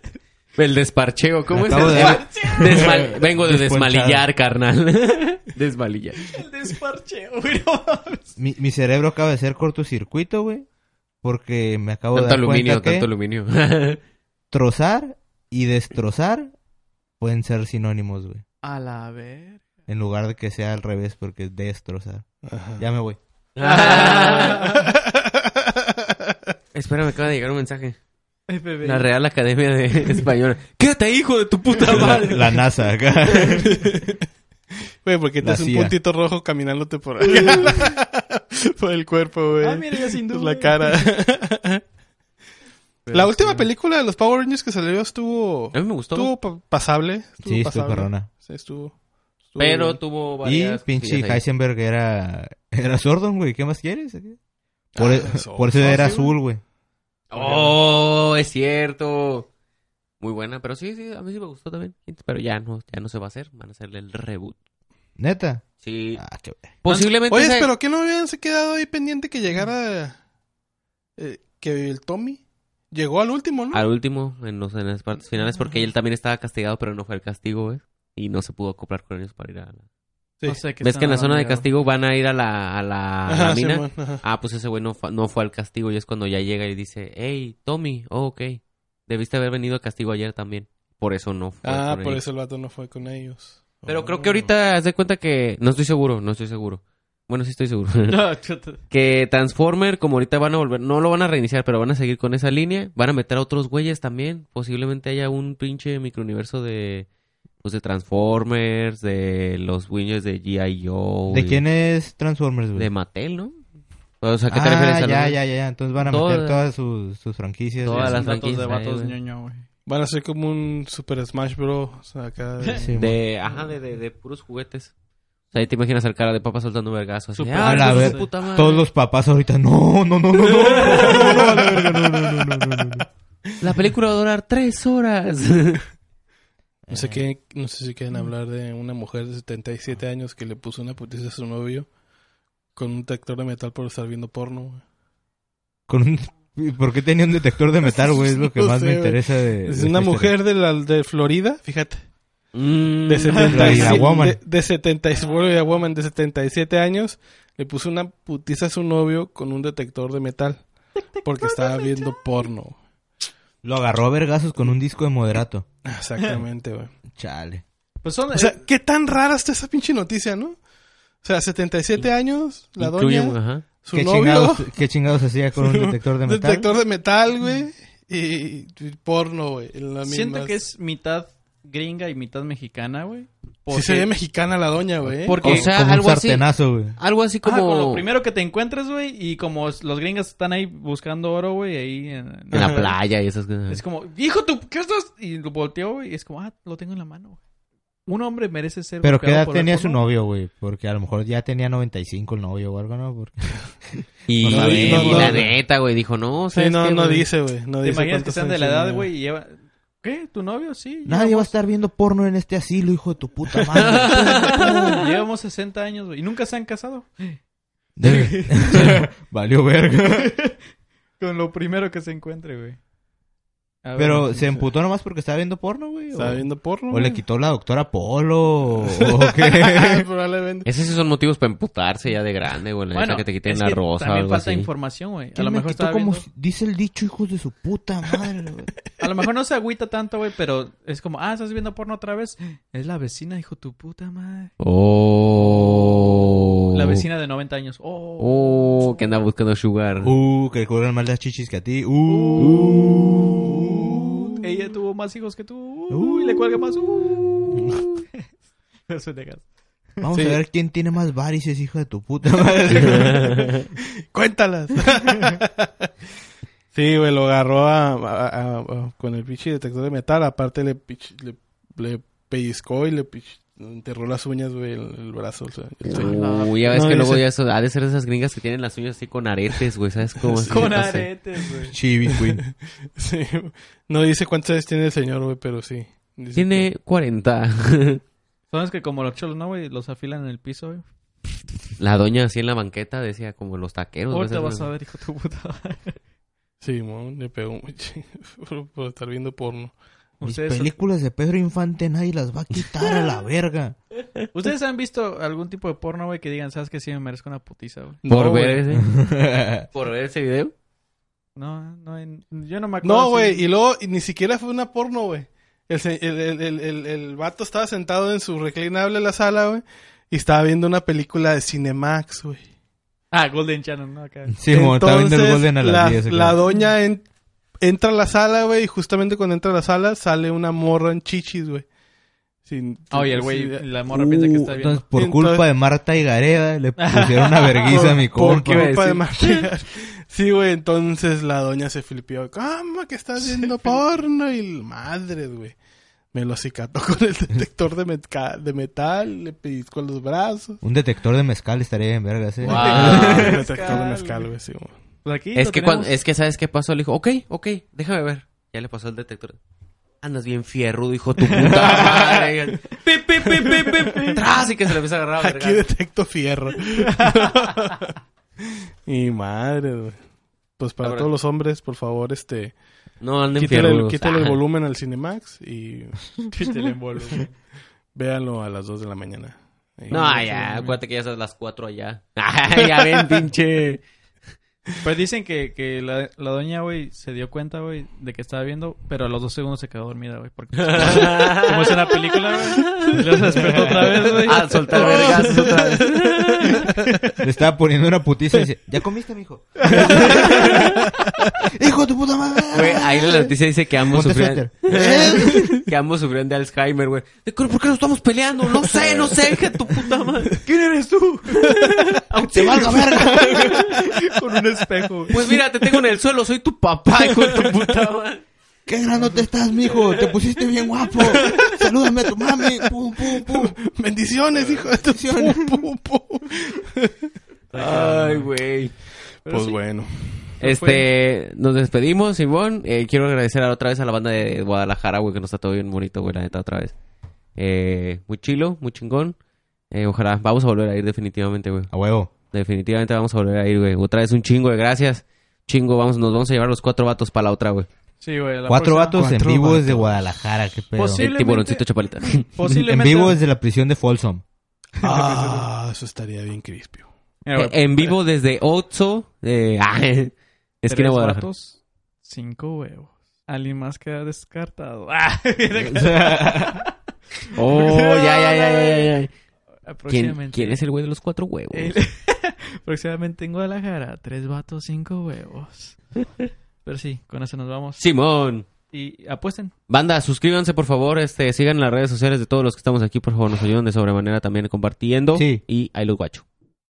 Speaker 3: El desparcheo, ¿cómo es?
Speaker 2: Acabo
Speaker 3: eso?
Speaker 2: de ver-
Speaker 3: Desmal- Vengo de
Speaker 2: Desponchado.
Speaker 3: desmalillar, carnal. desmalillar.
Speaker 1: El desparcheo, güey. no mames.
Speaker 2: Mi, mi cerebro acaba de ser cortocircuito, güey, porque me acabo de
Speaker 3: Tanto
Speaker 2: dar
Speaker 3: aluminio,
Speaker 2: cuenta que
Speaker 3: tanto aluminio.
Speaker 2: trozar y destrozar pueden ser sinónimos, güey.
Speaker 1: A la ver.
Speaker 2: En lugar de que sea al revés, porque es destrozar.
Speaker 4: Ajá.
Speaker 2: Ya me voy.
Speaker 3: Ah. Espera, me acaba de llegar un mensaje.
Speaker 1: FB.
Speaker 3: La Real Academia de Española. Quédate, hijo de tu
Speaker 4: Ah,
Speaker 3: puta
Speaker 2: La,
Speaker 3: madre.
Speaker 2: la NASA acá.
Speaker 4: Güey, porque te
Speaker 2: La
Speaker 4: hace un
Speaker 2: CIA.
Speaker 4: puntito rojo caminándote por acá. por el cuerpo, güey.
Speaker 1: Ah, mira, ya sin
Speaker 4: Por
Speaker 1: duda.
Speaker 4: Pues la cara. la última película de los Power Rangers que salió estuvo...
Speaker 3: A mí me gustó.
Speaker 4: Estuvo pa- pasable. Estuvo
Speaker 2: ¿Eh? Sí, estoy
Speaker 4: pasable.
Speaker 2: perrona.
Speaker 4: Sí, estuvo. estuvo
Speaker 3: Pero
Speaker 4: bien.
Speaker 3: tuvo
Speaker 2: Y
Speaker 3: varias...
Speaker 2: pinche
Speaker 3: cosillas ahí.
Speaker 2: Heisenberg era, era Sordon, güey. ¿Qué más quieres? Por,
Speaker 4: Ah,
Speaker 2: e-
Speaker 4: eso-
Speaker 2: por eso
Speaker 4: fácil,
Speaker 2: era
Speaker 4: güey.
Speaker 2: azul, güey.
Speaker 3: Oh, es cierto. Muy buena, pero sí, sí, a mí sí me gustó también. Pero ya no, ya no se va a hacer, van a hacerle el reboot.
Speaker 2: Neta.
Speaker 3: Sí.
Speaker 2: Ah, qué-
Speaker 3: Posiblemente
Speaker 4: Oye,
Speaker 3: esa-
Speaker 4: pero ¿qué no habían se quedado ahí pendiente que llegara... eh, que el Tommy llegó al último, ¿no?
Speaker 3: al último, en, los, en las partes finales, porque él también estaba castigado, pero no fue el castigo, ¿ves? Y no se pudo acoplar con ellos para ir a la...
Speaker 4: Sí.
Speaker 1: No sé qué
Speaker 3: ¿Ves
Speaker 1: están
Speaker 3: que en la zona de
Speaker 1: hablando,
Speaker 3: castigo van a ir a la, a la, a la
Speaker 4: Ajá,
Speaker 3: mina?
Speaker 4: Simón, ajá.
Speaker 3: Ah, pues ese güey no, fa- no fue al castigo y es cuando ya llega y dice, hey, Tommy, oh, ok, debiste haber venido al castigo ayer también. Por eso no fue.
Speaker 4: Ah,
Speaker 3: con
Speaker 4: por
Speaker 3: ellos.
Speaker 4: eso el vato no fue con ellos.
Speaker 3: Pero
Speaker 4: Oh.
Speaker 3: creo que ahorita haz de cuenta que. No estoy seguro, no estoy seguro. Bueno, sí estoy seguro.
Speaker 1: No, chuta.
Speaker 3: que Transformer, como ahorita van a volver, no lo van a reiniciar, pero van a seguir con esa línea. Van a meter a otros güeyes también. Posiblemente haya un pinche microuniverso de. Pues de Transformers, de los güeyes de G.I. Joe.
Speaker 2: ¿De
Speaker 3: y-
Speaker 2: quién es Transformers, güey?
Speaker 3: De Mattel, ¿no? O sea, ¿qué te
Speaker 2: ah,
Speaker 3: refieres a
Speaker 2: ya, ya, ya, ya. Entonces van a meter
Speaker 3: Todas-
Speaker 2: todas sus, sus franquicias.
Speaker 3: Todas
Speaker 2: Sí,
Speaker 3: las
Speaker 1: Son datos de
Speaker 3: franquicias,
Speaker 1: vatos
Speaker 3: eh, güey.
Speaker 1: ñoño, güey.
Speaker 4: Van a ser como un Super Smash Bros. o sea, acá de-
Speaker 2: sí, mo-
Speaker 3: De, ajá, de, de, de puros juguetes. O sea, ahí te imaginas al cara de papá soltando un vergazo. Así,
Speaker 1: Super-
Speaker 3: "Ah,
Speaker 2: A la
Speaker 3: hijo de su
Speaker 2: ver-
Speaker 3: puta madre".
Speaker 2: Todos los papás ahorita, no, no, no, no, no, no, no, no, a la verga, no, no, no, no, no, no.
Speaker 3: La película va a durar tres horas.
Speaker 4: No sé, qué, no sé si quieren hablar de una mujer de 77 años que le puso una putiza a su novio con un detector de metal por estar viendo porno. güey.
Speaker 2: Con un- ¿Por qué tenía un detector de metal, güey? Es lo que
Speaker 4: No
Speaker 2: más
Speaker 4: sé,
Speaker 2: me
Speaker 4: güey.
Speaker 2: interesa de...
Speaker 4: Es
Speaker 2: Eh, de este
Speaker 4: una
Speaker 2: esta
Speaker 4: mujer de la de Florida, fíjate,
Speaker 3: Mm.
Speaker 4: de 77
Speaker 2: Florida woman.
Speaker 4: de, de 70 y- Florida woman de 77 años le puso una putiza a su novio con un detector de metal porque estaba viendo porno.
Speaker 2: historia. Lo agarró a vergazos con un disco de moderato.
Speaker 4: Exactamente, güey.
Speaker 2: Chale.
Speaker 1: Pues son...
Speaker 4: O sea, qué tan rara está esa pinche noticia, ¿no? O sea, 77 años, la
Speaker 3: Incluye-
Speaker 4: doña,
Speaker 3: ajá.
Speaker 4: su
Speaker 2: ¿Qué
Speaker 4: novio,
Speaker 2: chingados, ¿Qué chingados hacía con un detector de metal?
Speaker 4: detector de metal, güey, y, y porno, güey. en la
Speaker 1: siento
Speaker 4: misma-
Speaker 1: que es mitad gringa y mitad mexicana, güey.
Speaker 4: Sí se ve mexicana la doña, güey.
Speaker 1: Porque-
Speaker 3: O
Speaker 1: que-
Speaker 3: sea,
Speaker 2: Como
Speaker 3: algo
Speaker 2: un
Speaker 3: así.
Speaker 2: sartenazo, güey.
Speaker 3: Algo así
Speaker 1: Ajá, Ah,
Speaker 3: como.
Speaker 1: con lo primero que te encuentres, güey, y como es- los gringas están ahí buscando oro, güey, ahí en,
Speaker 3: En la
Speaker 1: Ajá.
Speaker 3: playa y esas cosas.
Speaker 1: Es como, hijo, ¿tú qué estás? Y lo volteó, güey, y es como, ah, lo tengo en la mano, güey. Un hombre merece ser...
Speaker 2: Pero ¿qué
Speaker 1: golpeado
Speaker 2: edad
Speaker 1: por ver
Speaker 2: tenía su
Speaker 1: porno?
Speaker 2: novio, güey? Porque a lo mejor ya tenía 95 el novio o algo, ¿no? Porque...
Speaker 3: Y,
Speaker 2: No, no,
Speaker 3: y
Speaker 2: no,
Speaker 3: la
Speaker 2: no.
Speaker 3: neta, güey, dijo, no,
Speaker 4: Sí,
Speaker 3: ¿sabes
Speaker 4: no,
Speaker 3: qué,
Speaker 4: no
Speaker 3: güey?
Speaker 4: dice, güey. No
Speaker 1: ¿Te
Speaker 4: dice
Speaker 1: imaginas que
Speaker 4: cuántos
Speaker 1: sean de
Speaker 4: años
Speaker 1: la edad,
Speaker 4: tenía.
Speaker 1: güey, y lleva... ¿Qué? ¿Tu novio? Sí.
Speaker 2: Nadie va a estar viendo porno en este asilo, hijo de tu puta madre.
Speaker 1: llevamos, llevamos 60 años, güey, y nunca se han casado.
Speaker 2: Debe- Valió verga.
Speaker 1: Con lo primero que se encuentre, güey. A ver,
Speaker 2: Pero se emputó nomás porque estaba viendo porno, güey.
Speaker 4: Estaba
Speaker 2: o-
Speaker 4: viendo porno,
Speaker 2: O le
Speaker 4: güey.
Speaker 2: quitó la doctora Polo. O o
Speaker 4: Ah,
Speaker 2: qué.
Speaker 4: Probablemente.
Speaker 3: Esos sí son motivos para emputarse ya de grande, güey. La neta que te quiten
Speaker 1: es
Speaker 3: la
Speaker 1: que
Speaker 3: rosa o
Speaker 1: También
Speaker 3: algo
Speaker 1: falta
Speaker 3: así.
Speaker 1: información, güey. A
Speaker 2: ¿Quién
Speaker 1: lo
Speaker 2: me
Speaker 1: mejor
Speaker 2: quitó
Speaker 1: estaba
Speaker 2: como
Speaker 1: viendo-
Speaker 2: si- dice el dicho, hijos de su puta madre, güey.
Speaker 1: A lo mejor no se agüita tanto, güey, pero es como, ah, estás viendo porno otra vez. Es la vecina, hijo tu puta madre.
Speaker 3: Oh.
Speaker 1: La vecina de 90 años. Oh.
Speaker 3: Oh, que anda buscando sugar.
Speaker 2: Uh, que cobran más las chichis que a ti. Uh.
Speaker 1: Uh, Ella tuvo más hijos que tú. Uh, y le cuelga más. Uh. Eso te gas.
Speaker 2: Vamos
Speaker 4: Sí.
Speaker 2: a ver quién tiene más varices, hijo de tu puta madre.
Speaker 4: Cuéntalas. sí, güey, lo agarró a, a- a- a- con el pinche detector de metal. Aparte le, pinche- le, le pellizcó y le pinche- enterró las uñas, güey, el, el brazo. o sea, el sello.
Speaker 3: Uy, ya ves
Speaker 4: No,
Speaker 3: que
Speaker 4: yo
Speaker 3: luego
Speaker 4: sé.
Speaker 3: ya eso, ha de ser esas gringas que tienen las uñas así con aretes, güey, ¿sabes cómo? Así,
Speaker 1: Con
Speaker 3: no sé.
Speaker 1: aretes, güey.
Speaker 2: Chibi Queen.
Speaker 4: Sí, güey. no dice cuántos años tiene el señor, güey, pero sí. Dice
Speaker 3: Tiene 40.
Speaker 1: Son los que como los cholos, ¿no, güey? Los afilan en el piso, güey.
Speaker 3: la doña así en la banqueta decía como los taqueros. güey,
Speaker 1: Ahorita
Speaker 3: esas-
Speaker 1: vas a ver, hijo tu puta madre.
Speaker 4: que- Sí, mon, le pegó un chingo por, por estar viendo porno.
Speaker 2: Mis
Speaker 1: Ustedes,
Speaker 2: películas de Pedro Infante nadie las va a quitar a la verga.
Speaker 1: ¿Ustedes han visto algún tipo de porno, güey, que digan, sabes que sí me merezco una putiza, güey?
Speaker 3: Por
Speaker 4: No,
Speaker 3: ver
Speaker 4: güey.
Speaker 3: ese, por ver ese video.
Speaker 1: No, no, en- yo no me acuerdo.
Speaker 4: No, güey,
Speaker 1: si-
Speaker 4: y luego y ni siquiera fue una porno, güey. El, se- el, el, el, el- el vato estaba sentado en su reclinable en la sala, güey, y estaba viendo una película de Cinemax, güey.
Speaker 1: Ah, Golden Channel, ¿no? Acá.
Speaker 2: Sí, como estaba viendo el
Speaker 4: Entonces,
Speaker 2: Golden a
Speaker 4: la,
Speaker 2: las 10.
Speaker 4: la doña en- entra a la sala, güey, y justamente cuando entra a la sala sale una morra en chichis, güey. Sin-
Speaker 1: Ah, oye, el
Speaker 4: sin-
Speaker 1: güey, la morra piensa
Speaker 3: Uh,
Speaker 1: que está bien.
Speaker 2: Entonces, por
Speaker 4: Entonces-
Speaker 2: culpa de Marta y Gareda, le pusieron una verguiza a mi
Speaker 4: Por
Speaker 2: compa.
Speaker 4: culpa de
Speaker 3: decir.
Speaker 4: Marta. Sí, güey, entonces la doña se flipió. ¿Cómo que estás viendo porno? Y madre, güey. Me lo acicató con el detector de, metca- de metal, le pellizcó los brazos.
Speaker 2: Un detector de mezcal estaría bien verga, ¿sí?
Speaker 3: Guau.
Speaker 4: el detector de mezcal, güey, sí, güey.
Speaker 1: Pues aquí
Speaker 3: Es
Speaker 1: lo
Speaker 3: que,
Speaker 1: tenemos.
Speaker 3: cuan- es que, ¿sabes qué pasó? Le dijo, ok, ok, déjame ver. Ya le pasó el detector. Andas bien fierrudo, hijo de tu puta madre. pip, pip, pip, pip, pip. Tras, y que se le empieza a agarrar. a
Speaker 4: Aquí
Speaker 3: vergazos.
Speaker 4: detecto fierro. y madre, güey. Pues para
Speaker 3: Ahora-
Speaker 4: todos los hombres, por favor, este...
Speaker 3: No, anden
Speaker 4: Quítale, el,
Speaker 3: fierrudos.
Speaker 4: quítale el
Speaker 3: Ajá.
Speaker 4: volumen al Cinemax y
Speaker 1: Te la envuelvo, güey.
Speaker 4: véanlo a las 2 de la mañana.
Speaker 3: No, ya, acuérdate que ya son las cuatro allá. ya ven, pinche.
Speaker 1: Pues dicen que, que la, la doña, güey, se dio cuenta, güey, de que estaba viendo, pero a los dos segundos se quedó dormida, güey. Porque como es una película, güey, y luego se despertó otra vez, güey.
Speaker 3: Ah, soltar vergas otra vez.
Speaker 2: Le estaba poniendo una putiza y dice, ¿ya comiste, mijo? ¡Hijo de tu puta madre!
Speaker 3: Güey, ahí la noticia dice que ambos
Speaker 2: Ponte
Speaker 3: sufrían... que ambos sufrían de Alzheimer, güey. De cor- ¿Por qué nos estamos peleando? No sé, no sé, hija de tu puta madre. ¿Quién eres tú?
Speaker 2: ¡Te valga verga!
Speaker 1: Con un espejo, güey.
Speaker 3: Pues mira, te tengo en el suelo, soy tu papá, hijo de tu puta madre.
Speaker 2: ¡Qué granote estás, mijo! ¡Te pusiste bien guapo! ¡Salúdame a tu mami! ¡Pum, pum, pum!
Speaker 4: Bendiciones, hijo de tu Pum, pum, pum.
Speaker 3: Ay, güey.
Speaker 4: Pues bueno.
Speaker 3: Este, nos despedimos, Simón. Eh, quiero agradecer otra vez a la banda de Guadalajara, güey, que nos está todo bien bonito, güey, la neta, otra vez. Eh, muy chilo, muy chingón. Eh, ojalá, vamos a volver a ir definitivamente, güey.
Speaker 2: A huevo.
Speaker 3: Definitivamente vamos a volver a ir, güey. Otra vez un chingo de gracias. Chingo, vamos, nos vamos a llevar los cuatro vatos para la otra, güey.
Speaker 1: Sí, güey. la
Speaker 2: Cuatro
Speaker 1: próxima-
Speaker 2: vatos en
Speaker 4: Cuatro
Speaker 2: vivo
Speaker 4: vatos.
Speaker 2: desde Guadalajara, qué
Speaker 1: Posible.
Speaker 2: pedo.
Speaker 3: El
Speaker 1: Posiblemente-
Speaker 3: tiburoncito chapalita.
Speaker 2: En
Speaker 1: Posiblemente.
Speaker 2: vivo desde la prisión de Folsom.
Speaker 4: Ah, eso estaría bien crispio.
Speaker 1: Mira, güey,
Speaker 3: en vivo desde Oxo. Eh, ah, esquina
Speaker 1: tres
Speaker 3: de Guadalajara.
Speaker 1: vatos, cinco huevos. Alguien más queda descartado. Ah,
Speaker 3: Oh, ya, ya, ya, ya, ya, ya. ¿Quién,
Speaker 1: Próximamente.
Speaker 3: quién es el güey de los cuatro huevos?
Speaker 1: El- Próximamente en Guadalajara, tres vatos, cinco huevos. Pero sí, con eso nos vamos.
Speaker 3: Simón.
Speaker 1: Y apuesten.
Speaker 3: Banda, suscríbanse por favor, este, sigan las redes sociales de todos los que estamos aquí, por favor, nos ayuden de sobremanera también compartiendo.
Speaker 2: Sí.
Speaker 3: Y ahí los guacho.